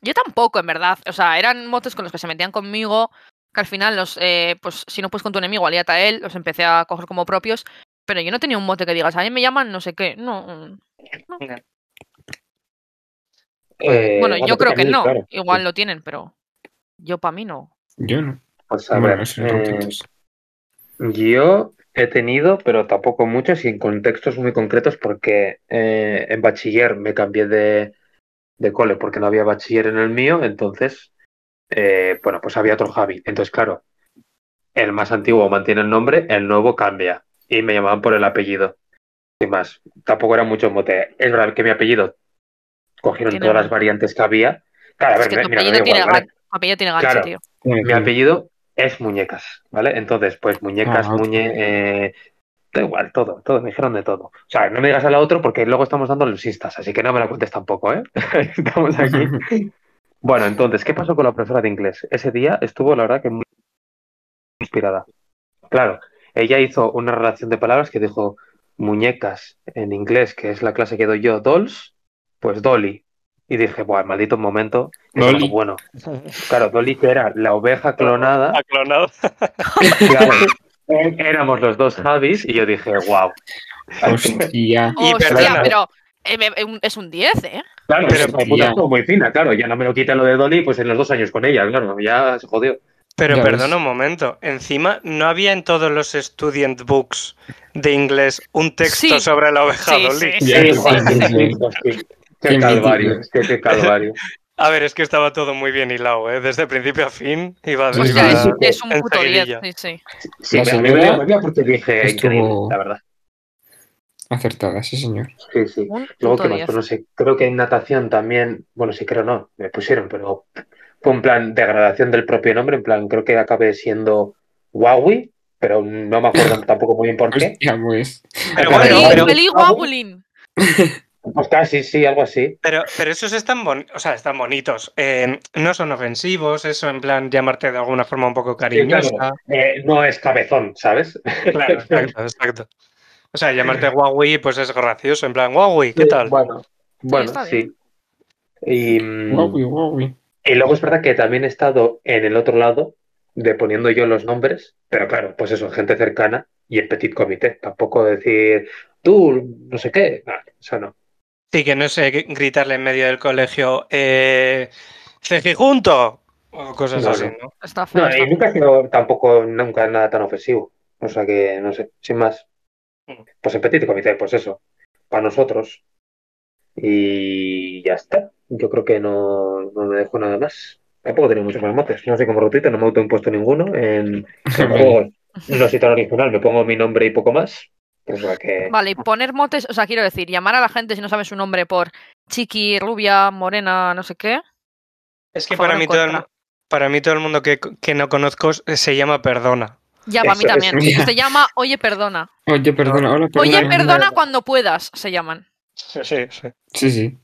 S3: Yo tampoco, en verdad. O sea, eran motes con los que se metían conmigo, que al final los, eh, pues si no puedes con tu enemigo, alíate a él, los empecé a coger como propios. Pero yo no tenía un mote que digas, a mí me llaman no sé qué. No. mm.
S1: *laughs* Eh,
S3: bueno, yo creo que
S1: también,
S3: no.
S1: claro.
S3: Igual lo tienen, pero yo para mí no.
S4: Yo no.
S1: Pues a
S4: Bueno,
S1: ver,
S4: eso,
S1: eh,
S4: rotitos.
S1: Yo he tenido, pero tampoco muchos y en contextos muy concretos porque eh, en bachiller me cambié de, de cole porque no había bachiller en el mío, entonces, eh, bueno, pues había otro Javi. Entonces, claro, el más antiguo mantiene el nombre, el nuevo cambia y me llamaban por el apellido. Y más, tampoco era mucho mote. Es verdad que mi apellido cogieron
S3: Tiene
S1: todas las
S3: un-
S1: variantes que había. Claro, a
S3: Es
S1: ver,
S3: que
S1: me-
S3: tu
S1: mira, me da
S3: apellido tiene,
S1: igual, ¿vale?
S3: gan- tu apellido tiene gancho,
S1: Claro.
S3: tío.
S1: Mi apellido es Muñecas, ¿vale? Entonces, pues Muñecas,
S4: Ah, ok.
S1: Muñe, eh, da igual, todo, todo, me dijeron de todo. O sea, no me digas a la otro porque luego estamos dando los instas, así que no me la cuentes tampoco, ¿eh? *laughs* estamos
S4: *laughs*
S1: aquí. bueno, entonces, ¿qué pasó con la profesora de inglés? Ese día estuvo, la verdad, que muy inspirada. Claro, ella hizo una relación de palabras que dijo muñecas en inglés, que es la clase que doy yo, dolls, pues dolly. Y dije, bueno, maldito momento. Y
S4: Dolly.
S1: digo, bueno, claro, Dolly que era la oveja *laughs* clonada.
S2: *laughs* Ha clonado.
S1: Claro. Eh, Éramos los dos Javis y yo dije, wow.
S4: Hostia.
S2: Y
S3: Hostia,
S2: perdona.
S3: pero eh, me- eh, un- es un 10, ¿eh?
S1: Claro,
S2: Pero,
S1: pero puta,
S4: tía.
S1: estuvo muy fina, claro. Ya no me lo quita lo de Dolly, pues en los dos años con ella, claro, ya se jodió.
S2: Pero
S4: Ya ves.
S2: perdona un momento. Encima, ¿no había en todos los student books de inglés un texto
S3: Sí.
S2: sobre la oveja
S3: Sí,
S2: Dolly?
S3: sí.
S4: Ya,
S1: joder,
S4: sí,
S1: qué
S4: sí.
S1: chicos, qué- Qué
S4: Qué
S1: calvario,
S4: mítico.
S1: es que qué calvario.
S2: A ver, es que estaba todo muy bien hilado, ¿eh? Desde principio a fin iba,
S4: Sí,
S3: O
S4: Pues
S2: iba
S3: sea, es,
S4: sí,
S3: es un puto
S2: enseguidilla.
S3: 10, sí, sí.
S1: Sí, me-
S4: La
S1: me
S4: señora
S1: dolía, me dolía porque dije,
S4: estuvo-
S1: increíble, la verdad.
S4: Acertada, sí, señor.
S1: Sí, sí.
S3: Un
S1: Luego,
S3: puto
S1: ¿qué más?
S3: 10.
S1: Pues no sé, creo que en natación también, bueno, sí, creo no, me pusieron, pero fue un plan degradación del propio nombre, en plan, creo que acabé siendo Huawei, pero no me acuerdo tampoco muy bien por qué.
S4: Hostia, pues.
S2: Pero
S1: Pero
S2: bueno,
S1: ahí-
S2: pero,
S3: Feliz
S1: Guau.
S3: Guabulín.
S1: Pues casi, sí, algo así.
S2: Pero, pero esos están, bon- o sea, están bonitos. Eh, no son ofensivos, eso en plan llamarte de alguna forma un poco cariñosa. *laughs*
S1: Sí, claro. Eh, no es cabezón, ¿sabes?
S2: Claro, exacto, exacto. O sea, llamarte Huawei pues es gracioso, en plan, Huawei, ¿qué
S1: *laughs*
S2: tal?
S1: Bueno, bueno,
S3: está
S1: sí. Y, mm,
S4: Guau, guau.
S1: y luego es verdad que también he estado en el otro lado de poniendo yo los nombres, pero claro, pues eso, gente cercana y el petit comité. Tampoco decir tú, no sé qué. Nah, eso no.
S2: Sí, que no sé, gr- gritarle en medio del colegio, eh, "Ceji junto, o cosas
S1: No,
S2: así,
S1: no.
S2: ¿no?
S3: Está feo.
S1: No,
S3: está
S1: y nunca ha sido tampoco nunca nada tan ofensivo. O sea que, no sé, sin más. Pues el petit comité, pues eso, para nosotros. Y ya está. Yo creo que no, no me dejo nada más. Tampoco tenía muchos más motes. No sé cómo rotita, no me he autoimpuesto ninguno. En, *laughs*
S4: *laughs*
S1: en juegos no soy tan original, me pongo mi nombre y poco más. Pues, O sea que.
S3: Vale, y poner motes, o sea, quiero decir, llamar a la gente si no sabe su nombre por chiqui, rubia, morena, no sé qué.
S2: Es que
S3: favor,
S2: para
S3: en
S2: mí, todo el,
S3: contra.
S2: para mí todo el mundo que, que no conozco eh, se llama Perdona.
S3: Ya, para mí
S1: Eso es,
S3: también.
S4: mira.
S3: Se llama Oye Perdona.
S4: Oye, perdona, hola, perdona.
S3: Oye Perdona cuando puedas, se llaman.
S2: Sí, sí, sí.
S4: Sí, sí.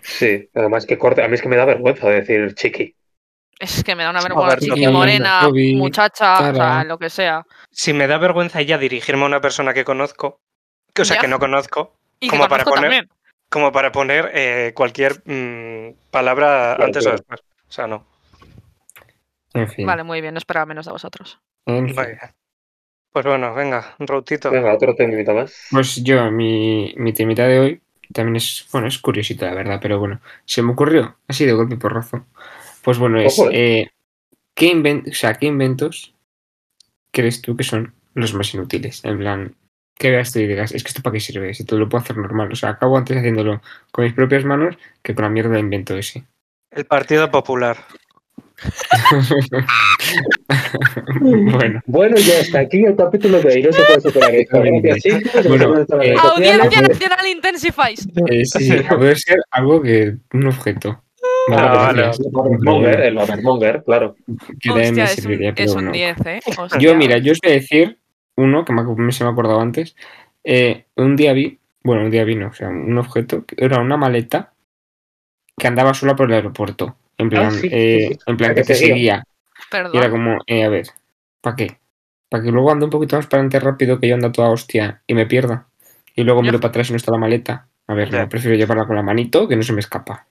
S1: Sí, además que corte. A mí es que me da vergüenza decir chiqui.
S3: Es que me da una
S2: Joder,
S3: vergüenza.
S2: no,
S3: Chiqui,
S2: no, no,
S3: morena,
S4: no, vi,
S3: muchacha, o sea,
S4: cara.
S3: lo que sea.
S2: Si me da vergüenza ya dirigirme a una persona que conozco, que, o sea,
S3: Ya.
S2: que no conozco,
S3: Y
S2: Como
S3: que
S2: para
S3: conozco
S2: poner-
S3: también.
S2: como para poner eh, cualquier mm, palabra
S1: Claro,
S2: antes
S1: claro.
S2: o después. O sea, no.
S4: En fin.
S3: Vale, muy bien, no esperaba menos de vosotros.
S4: en fin.
S2: Muy bien. Pues bueno, venga, Routito.
S1: Venga, otro temita más.
S4: Pues yo, mi, mi temita de hoy también es, bueno, es curiosito, la verdad, pero bueno, se me ocurrió, así de golpe y porrazo. Pues bueno, es,
S1: Ojo,
S4: eh, ¿qué, inven- o sea, ¿qué inventos crees tú que son los más inútiles? En plan, que veas tú y digas, es que esto para qué sirve, si todo lo puedo hacer normal. O sea, acabo antes haciéndolo con mis propias manos que con la mierda de invento ese. *laughs*
S2: El Partido Popular.
S4: bueno,
S1: Bueno, ya está aquí el capítulo de hoy. No se puede
S4: *laughs*
S1: superar esto. Gracias, chicos.
S4: Bueno,
S1: Nos vemos en las
S4: eh,
S1: redes sociales.
S3: Audiencia Nacional Intensifies.
S4: eh, sí, a poder ser algo que un objeto. pues
S1: Ah,
S2: Ah,
S1: vale.
S4: gracias.
S1: El Overmonger, el Overmonger, claro.
S4: Que también me
S3: Hostia, es un-
S4: serviría, pero
S3: es un
S4: bueno.
S3: 10, ¿eh? Hostia.
S4: Yo, mira, yo os voy a decir uno que me, ac- me- se me ha acordado antes. Eh, un día vi, bueno, un día vi, no, o sea, un objeto, que era una maleta que andaba sola por el aeropuerto. En plan,
S1: Ah, sí, sí,
S4: eh,
S1: sí.
S4: en plan
S1: La
S4: que
S1: que
S4: te
S1: seguía.
S4: seguía. Y era
S3: Perdón.
S4: como, eh, a ver, ¿para qué? Para que luego ande un poquito más para adelante rápido que yo ando toda hostia y me pierda. Y luego
S3: Ya.
S4: miro para atrás y no está la maleta. A ver,
S2: Ya.
S4: no, prefiero llevarla con la manito que no se me escapa.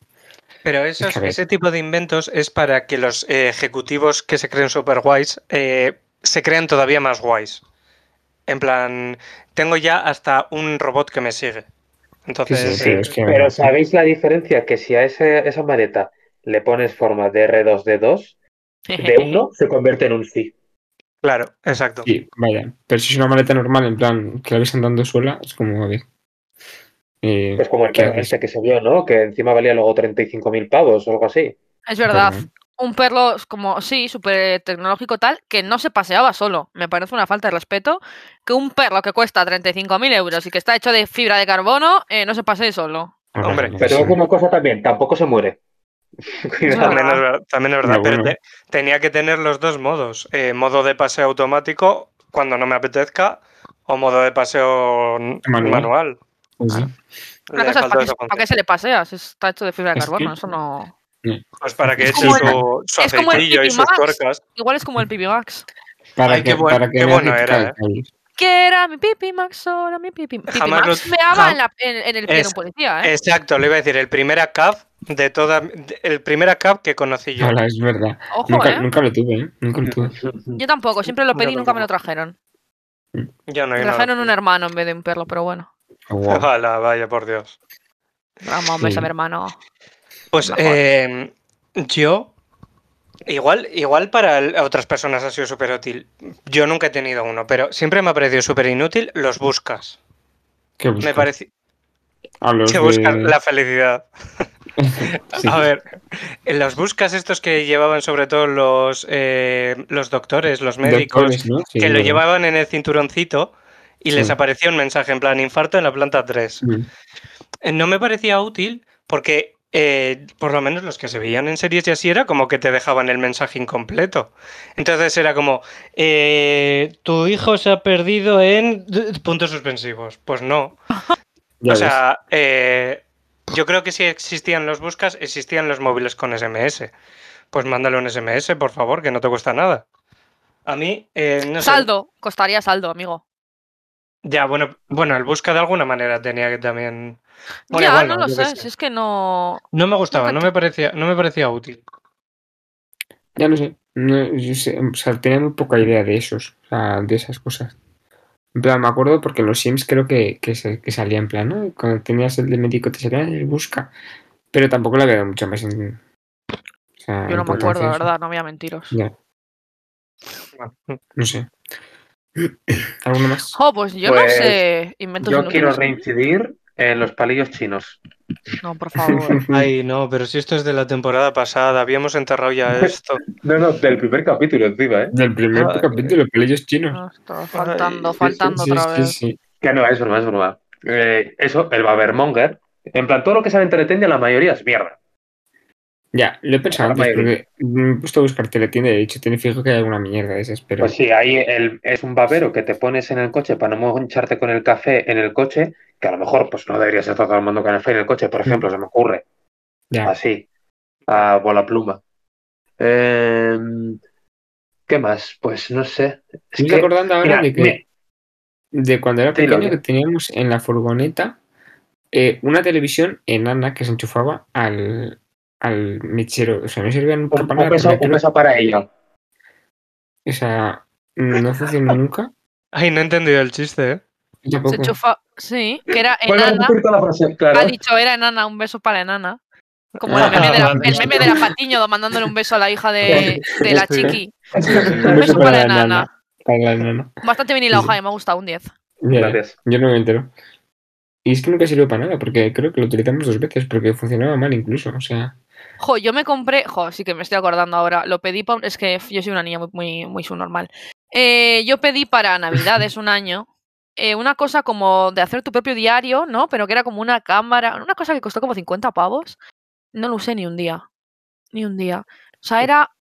S2: Pero esos-
S4: Es que a ver.
S2: ese tipo de inventos es para que los eh, ejecutivos que se creen super guays eh, se crean todavía más guays. En plan, tengo ya hasta un robot que me sigue.
S4: Sí, sí,
S2: Entonces,
S1: sí,
S4: pero es que, a ver,
S1: Pero ¿sabéis la diferencia? Que si a ese- esa maleta le pones forma de R2D2, de 1 se convierte en un sí.
S2: claro, exacto.
S4: Sí, vaya. Pero si es una maleta normal, en plan, que la ves andando sola, es como, a ver. Eh,
S1: Es como el
S4: ¿Qué
S1: perro
S4: haces?
S1: este que se vio, ¿no? Que encima valía luego 35.000 pavos o algo así.
S3: *laughs* Es verdad.
S4: perdón.
S3: Un perro como, sí, súper tecnológico tal, que no se paseaba solo. Me parece una falta de respeto que un perro que cuesta 35.000 euros y que está hecho de fibra de carbono eh, no se pasee solo.
S4: Ahora,
S2: Hombre,
S4: yo qué
S1: Pero
S4: sé.
S1: es una cosa también, tampoco se muere. *laughs*
S3: verdad.
S1: Cuidado.
S2: También es, ver- también es verdad,
S4: Pero
S2: pero
S4: bueno.
S2: te- tenía que tener los dos modos. eh, modo de paseo automático cuando no me apetezca o modo de paseo n-
S4: Manual.
S2: manual.
S4: Pues sí.
S3: Una
S2: Le
S3: cosa es
S2: faltó
S3: para que,
S2: esa
S3: pa' que se le pasea, si está hecho de fibra de
S4: Es que-
S3: carbono, eso no...
S2: función. Pues para que
S4: Es
S2: eche
S4: como el-
S2: su, su
S3: es como el
S2: aceitillo y
S3: Mickey
S2: sus
S3: Mouse.
S2: tuercas.
S3: Igual es como
S4: Mm.
S3: el Pipi Max.
S4: Para
S2: Ay,
S4: que,
S2: qué buen-
S4: para que
S2: qué
S4: veas
S2: bueno
S4: que
S2: era,
S4: cae,
S2: eh.
S4: cae.
S3: Que era mi Pipi Max, ahora mi Pipi, Pipi
S2: Jamás
S3: Max.
S2: lo-
S3: meaba
S2: jam-
S3: en, la- en- en el pie de
S2: Es-
S3: un policía, ¿eh?
S2: Exacto, le iba a decir, el primer ACAP de toda. de- El primer ACAP que conocí yo.
S4: Hola, es verdad.
S3: Ojo,
S4: nunca,
S3: ¿eh?
S4: nunca lo tuve, ¿eh? Nunca lo
S2: *laughs*
S4: tuve.
S3: Yo tampoco, siempre lo
S2: Yo
S3: pedí y nunca me lo
S2: tampoco.
S3: trajeron.
S2: Yo no
S3: Me
S2: yo
S3: trajeron
S2: no-
S3: un hermano en vez de un perro, pero bueno.
S4: Oh, wow.
S2: Ojalá, vaya por Dios.
S3: Vamos, un beso a mi
S4: Sí.
S3: hermano.
S2: Pues
S3: Mejor.
S2: eh, yo. Igual, igual para el- otras personas ha sido súper útil. Yo nunca he tenido uno, pero siempre me ha parecido súper inútil los buscas.
S4: ¿Qué buscas?
S2: Me parece
S4: A los
S2: que
S4: de-
S2: buscan la felicidad.
S4: Sí.
S2: A ver, en los buscas estos que llevaban sobre todo los, eh, los doctores, los médicos,
S4: Doctores, ¿no? Sí,
S2: que lo
S4: verdad.
S2: llevaban en el cinturoncito y les
S4: Sí.
S2: aparecía un mensaje en plan infarto en la planta 3.
S4: Mm.
S2: Eh, No me parecía útil porque eh, por lo menos los que se veían en series y así era como que te dejaban el mensaje incompleto. Entonces era como, eh, tu hijo se ha perdido en d- puntos suspensivos. Pues no.
S4: Ya
S2: o
S4: ves.
S2: sea, eh, yo creo que si existían los buscas, existían los móviles con SMS. Pues mándale un SMS, por favor, que no te cuesta nada. A mí, eh, no sé.
S3: saldo, costaría saldo, amigo.
S2: Ya, bueno, bueno, el busca de alguna manera tenía que también. Bueno,
S3: ya,
S2: igual
S3: no lo
S2: yo qué
S3: sé, si es que no.
S2: No me gustaba,
S3: Nunca
S2: no me parecía, no me parecía útil.
S4: Ya no sé. No, yo sé, O sea, tenía muy poca idea de esos, o sea, de esas cosas. En plan, me acuerdo porque en los Sims creo que, que, se- que salía en plan, ¿no? Cuando tenías el de médico te salía el busca. Pero tampoco la veo mucho más en. o sea,
S3: Yo no me
S4: importancia
S3: acuerdo, la
S4: eso.
S3: verdad, no voy a mentiros.
S4: Ya. No sé. *clears throat* ¿Alguno más?
S3: Jo, pues yo no
S1: Pues,
S3: sé. Inventos
S1: Yo quiero
S3: inútiles.
S1: reincidir en los palillos chinos.
S3: No, por favor.
S2: Ay, no, pero si esto es de la temporada pasada, habíamos
S1: *laughs*
S2: enterrado ya esto.
S1: No, no, del primer capítulo encima, ¿eh?
S4: Del primer
S1: Joder.
S4: capítulo, pelillos chinos.
S3: No, está faltando,
S2: Ay,
S3: Ah, faltando
S4: Sí,
S3: otra
S4: sí,
S3: vez.
S4: sí.
S1: Que no, es broma, es broma. Eh, eso, el Babermonger. En plan, todo lo que sale en Teletendia, la mayoría es mierda.
S4: Ya, lo he pensado
S1: Ahora
S4: antes,
S1: me-
S4: porque me he puesto a buscar teletienda y he dicho, tiene fijo que hay alguna mierda de esas, pero
S1: Pues sí, ahí el- es un babero que te pones en el coche para no mancharte con el café en el coche, que a lo mejor pues no deberías estar tomando café en el coche, por ejemplo, se me ocurre.
S4: Mm. ya.
S1: Así, a bola pluma. Em, ¿Qué más? Pues no sé. Es
S4: Estoy
S1: que,
S4: acordando
S1: mira,
S4: ahora de que
S1: mira,
S4: de cuando era
S1: Dilo,
S4: pequeño
S1: dilo.
S4: que teníamos en la furgoneta eh, una televisión enana que se enchufaba al, al mechero. O sea, no servían
S1: un,
S4: para
S1: un
S4: nada,
S1: beso,
S4: porque
S1: un
S4: creo-
S1: beso para ella.
S4: o sea, no funcionó nunca.
S2: Ay, no he entendido el chiste, ¿eh?
S4: Yo
S3: Se
S4: Tampoco.
S3: chufa. Sí, que era
S1: Vuelve a
S3: enana.
S1: repetir toda la frase, claro.
S3: Ha dicho, era enana, un beso para enana. Como
S4: Ah,
S3: el meme de la,
S4: vale.
S3: el meme de la Patiño mandándole un beso a la hija de, de la
S4: Sí.
S3: chiqui.
S4: Un beso para la
S3: enana.
S4: enana. Para la enana.
S3: Bastante bien la hoja, me ha gustado un 10.
S4: Ya,
S1: *laughs* Gracias.
S4: Yo no me entero. Y es que nunca sirvió para nada, porque creo que lo utilizamos dos veces, porque funcionaba mal incluso. O sea,
S3: Jo, yo me compré, jo, sí que me estoy acordando ahora, lo pedí para, es que yo soy una niña muy, muy, muy subnormal. Eh, yo pedí para Navidades un año eh, una cosa como de hacer tu propio diario, ¿no? Pero que era como una cámara, una cosa que costó como 50 pavos. No lo usé ni un día, ni un día. O sea, era,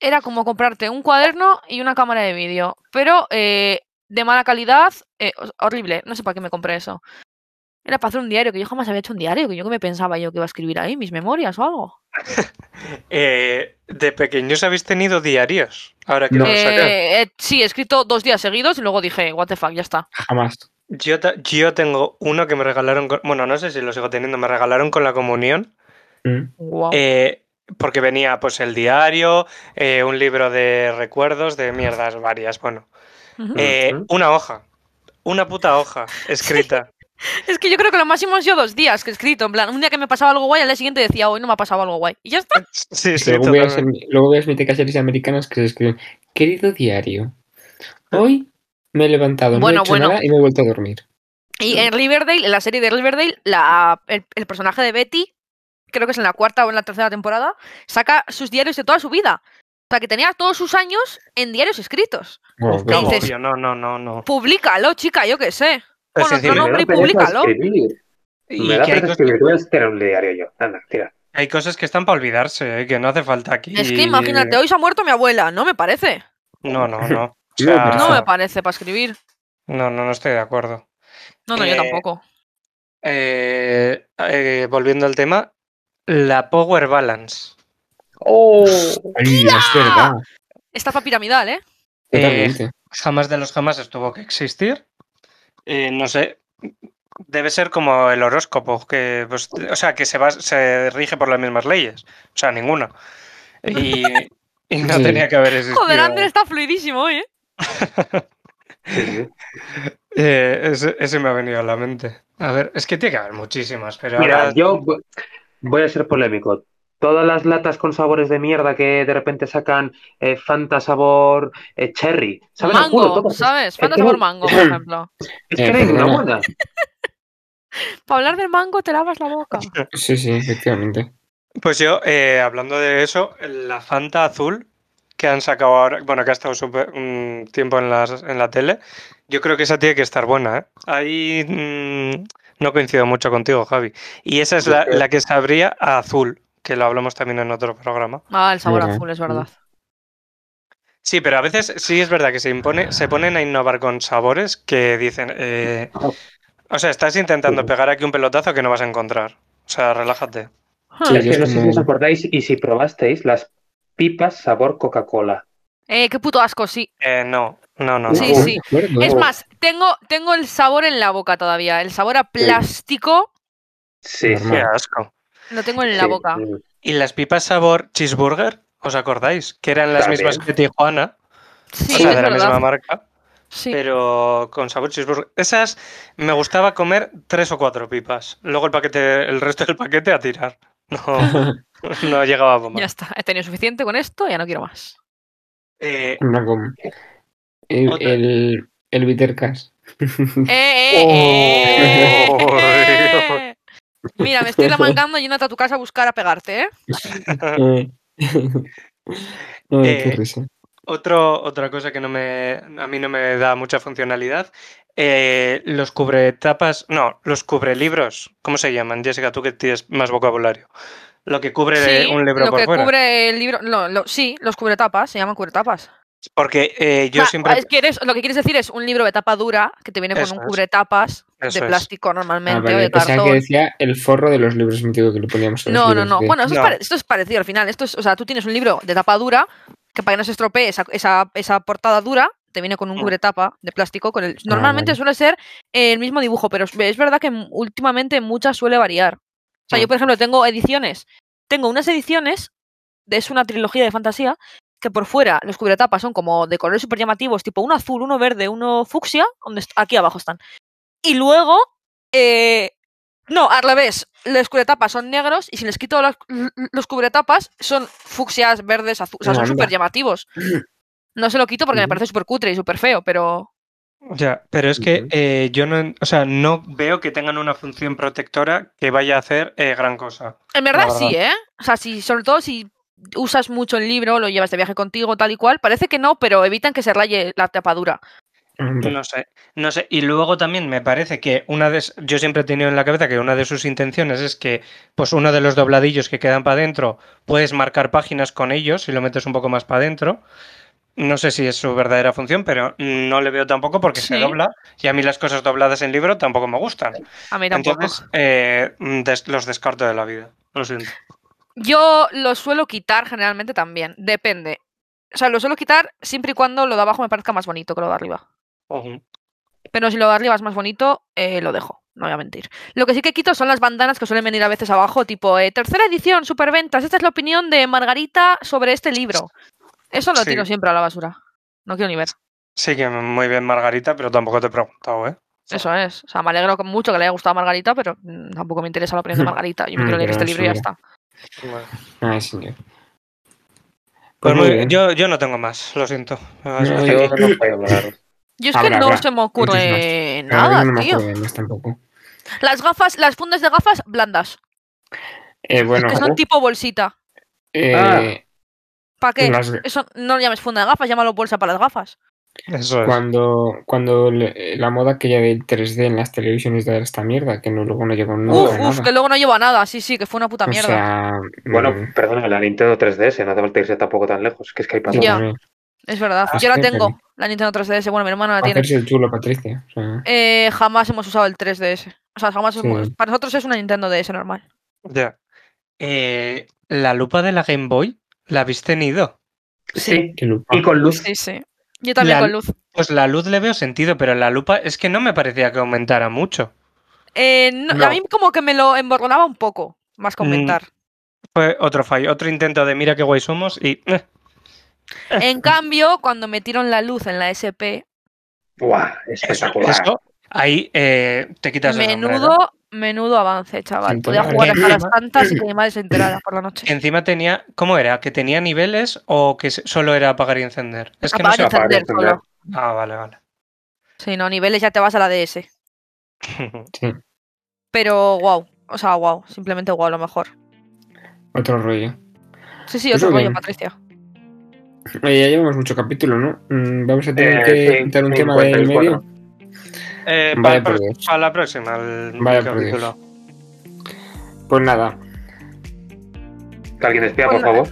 S3: era como comprarte un cuaderno y una cámara de vídeo, pero eh, de mala calidad, eh, hor- horrible, no sé para qué me compré eso. Era para hacer un diario, que yo jamás había hecho un diario, que yo que me pensaba yo que iba a escribir ahí, mis memorias o algo.
S2: Eh, de pequeños habéis tenido diarios. Ahora que
S1: No.
S2: lo sacas.
S3: Eh, eh, sí, he escrito dos días seguidos y luego dije, what the fuck, ya está.
S4: jamás.
S2: Yo, ta- yo tengo uno que me regalaron. con- bueno, no sé si lo sigo teniendo. Me regalaron con la comunión.
S4: Mm.
S3: Guau.
S2: eh, porque venía pues el diario, eh, un libro de recuerdos, de mierdas varias. Bueno,
S3: Ujú.
S2: Eh,
S1: Ujú.
S2: una hoja. Una puta hoja escrita.
S3: Es que yo creo que lo máximo han sido dos días que he escrito. En plan, un día que me pasaba algo guay, al día siguiente decía, hoy no me ha pasado algo guay. Y ya está.
S2: Sí, sí,
S4: luego, veas
S2: totalmente.
S4: en- luego veas miticaseries americanas que se escriben, querido diario, hoy me he levantado, no
S3: Bueno,
S4: he hecho
S3: bueno.
S4: nada y me he vuelto a dormir.
S3: Y en Riverdale, en la serie de Riverdale, la, el, el personaje de Betty, creo que es en la cuarta o en la tercera temporada, saca sus diarios de toda su vida. O sea, que tenía todos sus años en diarios escritos.
S4: Wow,
S2: Qué
S4: wow.
S3: dices?
S2: agobio, No, no, no, no.
S3: Publícalo, chica, yo qué sé.
S2: Es
S3: Bueno, no, no.
S2: encima-
S1: Me da
S3: hombre, y
S1: pereza
S3: publícalo.
S1: escribir.
S2: y
S1: Pues Me da
S2: que hay,
S1: pereza
S2: cos-
S1: escribir. Voy a tener un diario yo. Anda, tira.
S2: hay cosas que están para olvidarse, eh, que no hace falta aquí.
S3: Es que imagínate, hoy se ha muerto mi abuela, no me parece.
S2: No, no, no.
S1: *laughs*
S2: O
S4: No,
S2: sea,
S4: pero
S3: No
S4: Ah.
S3: me parece para escribir.
S2: no, no, no estoy de acuerdo.
S3: No, no, yo
S2: Eh,
S3: tampoco.
S2: Eh, eh, volviendo al tema, la power balance.
S1: ¡Oh!
S4: Ay, es verdad.
S3: Estafa piramidal, ¿eh?
S4: Totalmente.
S2: Jamás de los jamás tuvo que existir. Eh, no sé. Debe ser como el horóscopo, que, pues, o sea, que se, va, se rige por las mismas leyes. O sea, ninguna. Y, y no
S4: Sí.
S2: tenía que haber existido.
S3: Joder, Ander está fluidísimo hoy, ¿eh?
S1: Sí, sí.
S2: Eh, ese, ese me ha venido a la mente. A ver, es que tiene que haber muchísimas, pero
S1: Mira,
S2: ahora-
S1: yo vo- voy a ser polémico. Todas las latas con sabores de mierda que de repente sacan eh, Fanta sabor eh, cherry. Saben a culo,
S3: Mango,
S1: todas.
S3: ¿sabes? Fanta
S1: tengo-
S3: sabor mango, por ejemplo.
S1: Es que
S4: Eh,
S1: era
S4: perdona.
S1: ignomona.
S3: Para hablar del mango te lavas la boca.
S4: Sí, sí, efectivamente.
S2: pues yo, eh, hablando de eso, la Fanta azul que han sacado ahora, bueno, que ha estado súper- un tiempo en, las- en la tele, yo creo que esa tiene que estar buena. ¿eh? Ahí mm, no coincido mucho contigo, Javi. Y esa es la, la que sabría a azul, que lo hablamos también en otro programa.
S3: Ah, el sabor
S4: Verdad.
S3: azul, es verdad.
S2: Sí, pero a veces sí es verdad que se impone, se ponen a innovar con sabores que dicen, eh, O sea, estás intentando
S1: Sí.
S2: pegar aquí un pelotazo que no vas a encontrar. O sea, relájate.
S4: Sí,
S1: Es que
S4: yo es
S1: no sé si
S4: como-
S1: os acordáis y si probasteis las pipas sabor Coca-Cola.
S3: Eh, qué puto asco, sí.
S2: Eh, no, no, no.
S3: Sí,
S2: no.
S3: sí. Es más, tengo, tengo el sabor en la boca todavía. El sabor a plástico
S1: Sí,
S4: Normal.
S2: Qué asco.
S3: lo tengo en la
S1: sí,
S3: boca.
S1: mm,
S2: ¿Y las pipas sabor cheeseburger? ¿Os acordáis? Que eran las
S1: También.
S2: mismas que Tijuana,
S3: Sí,
S2: o
S3: es
S2: sea, de la misma
S3: verdad.
S2: marca,
S3: Sí.
S2: pero con sabor cheeseburger. Esas me gustaba comer tres o cuatro pipas. Luego el paquete, el resto del paquete a tirar. No,
S3: *laughs*
S2: no llegaba a
S3: Ya
S2: bomba.
S3: está, he tenido suficiente con esto, ya no quiero más.
S2: Eh,
S4: Una goma. El,
S2: Otra.
S4: el, el bitter cash.
S2: *laughs*
S3: Eh, eh, eh, eh. Mira, me estoy remangando yendo a tu casa a buscar a pegarte, ¿eh?
S4: Eh. *laughs* Ay, qué
S2: Ah. Eh,
S4: risa. Ah,
S2: Otro, otra cosa que no me, a mí no me da mucha funcionalidad, eh, los cubretapas, no, los cubrelibros, ¿cómo se llaman? Jessica, tú que tienes más vocabulario. Lo que cubre
S3: Sí,
S2: eh, un libro
S3: lo
S2: por
S3: que
S2: fuera.
S3: cubre el libro. no, lo- sí, los cubretapas, se llaman cubretapas.
S2: Porque eh, yo
S3: Ah,
S2: siempre...
S3: es que eres- lo que quieres decir es un libro de tapa dura que te viene con
S2: Eso
S3: un
S2: es.
S3: cubretapas
S2: Eso
S3: de
S2: es.
S3: plástico
S4: Ah,
S3: normalmente o
S4: vale,
S3: de
S4: pensaba que
S3: cartón.
S4: decía el forro de los libros, me digo que le poníamos a los
S3: No, no,
S4: libros
S3: no.
S4: de-
S3: Bueno, esto,
S2: No.
S3: Es pare- esto es parecido al final. Esto es, o sea, tú tienes un libro de tapa dura que para que no se estropee esa, esa, esa portada dura, te viene con un
S2: Mm.
S3: cubretapa de plástico. Con el... Normalmente
S4: Ah. vale.
S3: suele ser el mismo dibujo, pero es- es verdad que m- últimamente muchas suele variar. O sea, yo,
S4: Ah.
S2: Mm.
S3: por ejemplo, tengo ediciones. Tengo unas ediciones, de- es una trilogía de fantasía, que por fuera los cubretapas son como de colores súper llamativos, tipo uno azul, uno verde, uno fucsia, donde est- aquí abajo están. Y luego, eh, no, al revés, los cubretapas son negros y si les quito los, los cubretapas son fucsias, verdes, azules, o sea, son
S4: Anda.
S3: súper llamativos. No se lo quito porque me
S4: Ujú.
S3: parece súper cutre y súper feo, pero...
S2: Ya, pero es que
S4: Ujú.
S2: eh, yo no, en- o sea, no veo que tengan una función protectora que vaya a hacer eh, gran cosa.
S3: En verdad
S2: La
S3: sí, ¿eh? O sea, si, sobre todo si usas mucho el libro, lo llevas de viaje contigo, tal y cual, parece que no, pero evitan que se raye la tapadura.
S4: Anda.
S2: No sé, no sé. Y luego también me parece que una de, s- yo siempre he tenido en la cabeza que una de sus intenciones es que, pues uno de los dobladillos que quedan para adentro, puedes marcar páginas con ellos si lo metes un poco más para adentro. No sé si es su verdadera función, pero no le veo tampoco porque se
S3: Sí.
S2: dobla y a mí las cosas dobladas en libro tampoco me gustan.
S3: A mí tampoco.
S2: Entonces eh, mm, des- los descarto de la vida. Lo siento.
S3: Yo lo suelo quitar generalmente también, depende. O sea, lo suelo quitar siempre y cuando lo de abajo me parezca más bonito que lo de arriba. Oh.
S2: Ujú.
S3: Pero si lo de arriba es más bonito, eh, lo dejo. No voy a mentir. Lo que sí que quito son las bandanas que suelen venir a veces abajo, tipo eh, tercera edición, superventas. Esta es la opinión de Margarita sobre este libro. Eso lo
S2: Sí.
S3: tiro siempre a la basura. No quiero ni ver.
S2: Sí que muy bien Margarita, pero tampoco te he preguntado, ¿eh?
S3: Eso es. O sea, me alegro con- mucho que le haya gustado a Margarita, pero mm, tampoco me interesa la opinión de Margarita. Yo me
S4: Mm,
S3: quiero leer
S4: pero
S3: este libro y ya
S4: basura.
S3: está.
S2: Bueno.
S4: Ay, señor.
S2: Pues muy
S4: bien.
S2: bien. Yo, yo no tengo más, lo siento.
S4: No,
S1: es
S4: yo-
S1: que no puedo
S4: *laughs*
S1: hablar.
S3: Yo es que
S4: Habrá,
S3: no
S4: habrá.
S3: se me
S4: La
S3: ocurre
S4: verdad
S3: nada,
S4: que no me
S3: tío.
S4: acuerdo de más tampoco.
S3: Las gafas, las fundas de gafas blandas,
S4: Eh, bueno,
S3: que son tipo bolsita.
S4: eh,
S1: Ah.
S3: ¿Para qué?
S4: las-
S3: Eso no lo llames funda de gafas, llámalo bolsa para las gafas.
S2: Eso es.
S4: cuando, cuando le- la moda que ya del 3D en las televisiones de esta mierda, que no, luego no llevan nunca
S3: uf,
S4: a
S3: uf,
S4: nada.
S3: que luego no lleva nada. Sí, sí, que fue una puta
S4: o
S3: mierda.
S4: sea,
S1: Bueno,
S4: mm,
S1: perdona, la Nintendo 3DS, no hace falta irse tampoco tan lejos, que es que hay para
S4: sí,
S3: Ya.
S4: también.
S3: Es verdad.
S4: Ah,
S3: Yo la
S4: sí,
S3: tengo,
S4: pero-
S3: la Nintendo 3DS. Bueno, mi hermana la
S4: Para
S3: tiene.
S4: hacerse el chulo, Patricia. o sea,
S3: Eh, jamás hemos usado el 3DS. O sea, jamás
S4: Sí.
S3: hemos- Para nosotros es una Nintendo DS normal.
S2: Ya. Eh, la lupa de la Game Boy, ¿la habéis tenido?
S1: Sí,
S4: qué lupa.
S1: y con luz.
S3: Sí, sí. Yo también
S2: La-
S3: con luz.
S2: Pues la luz le veo sentido, pero la lupa es que no me parecía que aumentara mucho.
S3: Eh, no- A
S2: No.
S3: mí como que me lo emborronaba un poco, más que
S2: Mm.
S3: aumentar.
S2: Fue otro fallo, otro intento de mira qué guay somos y... eh,
S3: En cambio, cuando metieron la luz en la SP,
S1: ¡Buah! Espectacular.
S2: eso, ahí eh, te quitas el sombrero.
S3: menudo, menudo avance, chaval.
S4: Sin
S3: Podía
S4: tomar
S3: jugar hasta
S2: nada.
S3: las tantas y que mi madre se enterara por la noche.
S2: Encima tenía, ¿cómo era? ¿Que tenía niveles o que se- solo era apagar y encender? Es que no
S3: Apagar y
S2: sé.
S1: apaga y
S3: encender
S1: encender.
S3: solo.
S2: Ah,
S4: *laughs*
S2: vale, vale.
S3: Sí, no, niveles ya te vas a la DS. Pero wow. O sea, wow. Simplemente wow, lo mejor.
S4: Otro rollo.
S3: Sí, sí,
S4: Eso
S3: otro rollo,
S4: bien.
S3: Patricia.
S4: Oye, ya llevamos mucho capítulo, ¿no? Mm, Vamos a tener
S1: Eh,
S4: que
S1: sí,
S4: quitar un tema de
S1: 54.
S4: en medio.
S2: Eh, para,
S4: Vaya
S2: el pro-
S4: por Dios.
S2: para la próxima, el, el
S4: Vaya por
S2: capítulo.
S4: Pues nada,
S1: Que alguien espía, por
S3: Hola.
S1: favor.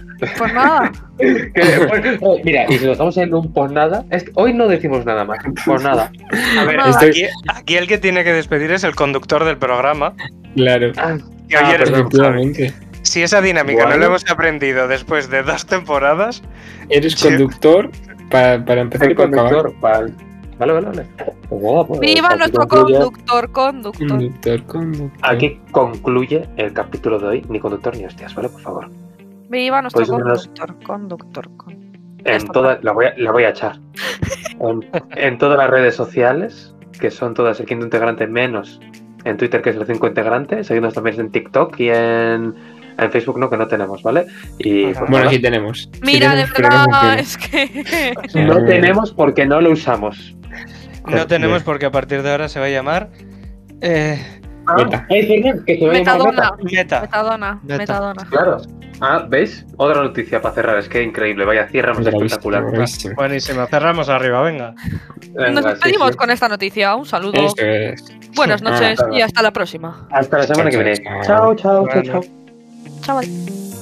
S1: *laughs*
S3: Pues nada,
S1: Que- bueno, Eh, mira, y si lo estamos en un por nada, es- hoy no decimos nada más. Por nada.
S2: A ver,
S3: Nada.
S2: aquí, aquí el que tiene que despedir es el conductor del programa.
S4: Claro,
S1: Ah,
S2: que hoy
S1: Ah,
S2: eres tú, Javi.
S4: pues efectivamente.
S2: Si esa dinámica no
S1: Bueno.
S2: la hemos aprendido después de dos temporadas,
S4: Eres
S2: Sí.
S4: conductor para, para empezar y
S1: el
S4: para acabar.
S1: conductor. Vale, vale, vale. vale. Pues nada, pues, Mm.
S3: viva
S1: aquí
S3: nuestro
S1: concluye-
S3: conductor, conductor.
S4: Conductor, conductor.
S1: Aquí concluye el capítulo de hoy, ni conductor ni hostias, ¿vale? Por favor.
S3: Viva nuestro
S1: Pues menos-
S3: conductor, conductor, conductor.
S1: En
S3: Esto
S1: toda, la, voy a, la voy a echar. En, en todas las redes sociales, que son todas el quinto integrante menos en Twitter, que es el cinco integrante. Seguimos también en TikTok y en, en Facebook, no, que no tenemos, ¿vale? Y pues,
S2: Ajá.
S4: Bueno,
S1: nada.
S4: aquí tenemos. Sí
S3: Mira, de
S4: tenemos, pero no
S3: verdad,
S4: funciona.
S3: es que.
S1: no tenemos porque no lo usamos.
S2: no tenemos porque a partir de ahora se va a llamar eh,
S4: Meta.
S1: Ah, es verdad, *laughs* que se va a llamar
S3: Metadona,
S1: Meta.
S2: Meta.
S3: Metadona,
S2: Meta.
S3: Metadona.
S1: Claro. Ah, ¿veis? Otra noticia para cerrar, es que increíble, vaya, cierra más
S4: Ya lo he visto,
S1: espectacular.
S4: lo he visto.
S2: Buenísima, cerramos arriba, venga.
S1: Venga,
S3: Nos
S1: sí,
S3: despedimos
S1: sí.
S3: con esta noticia. Un saludo,
S4: Eso es.
S3: buenas noches
S1: Ah, claro.
S3: y hasta la próxima.
S1: Hasta la semana que
S4: Chao,
S1: viene. Chao,
S4: chao, chao.
S1: chao, chao,
S2: Bueno.
S1: chao.
S3: Chaval.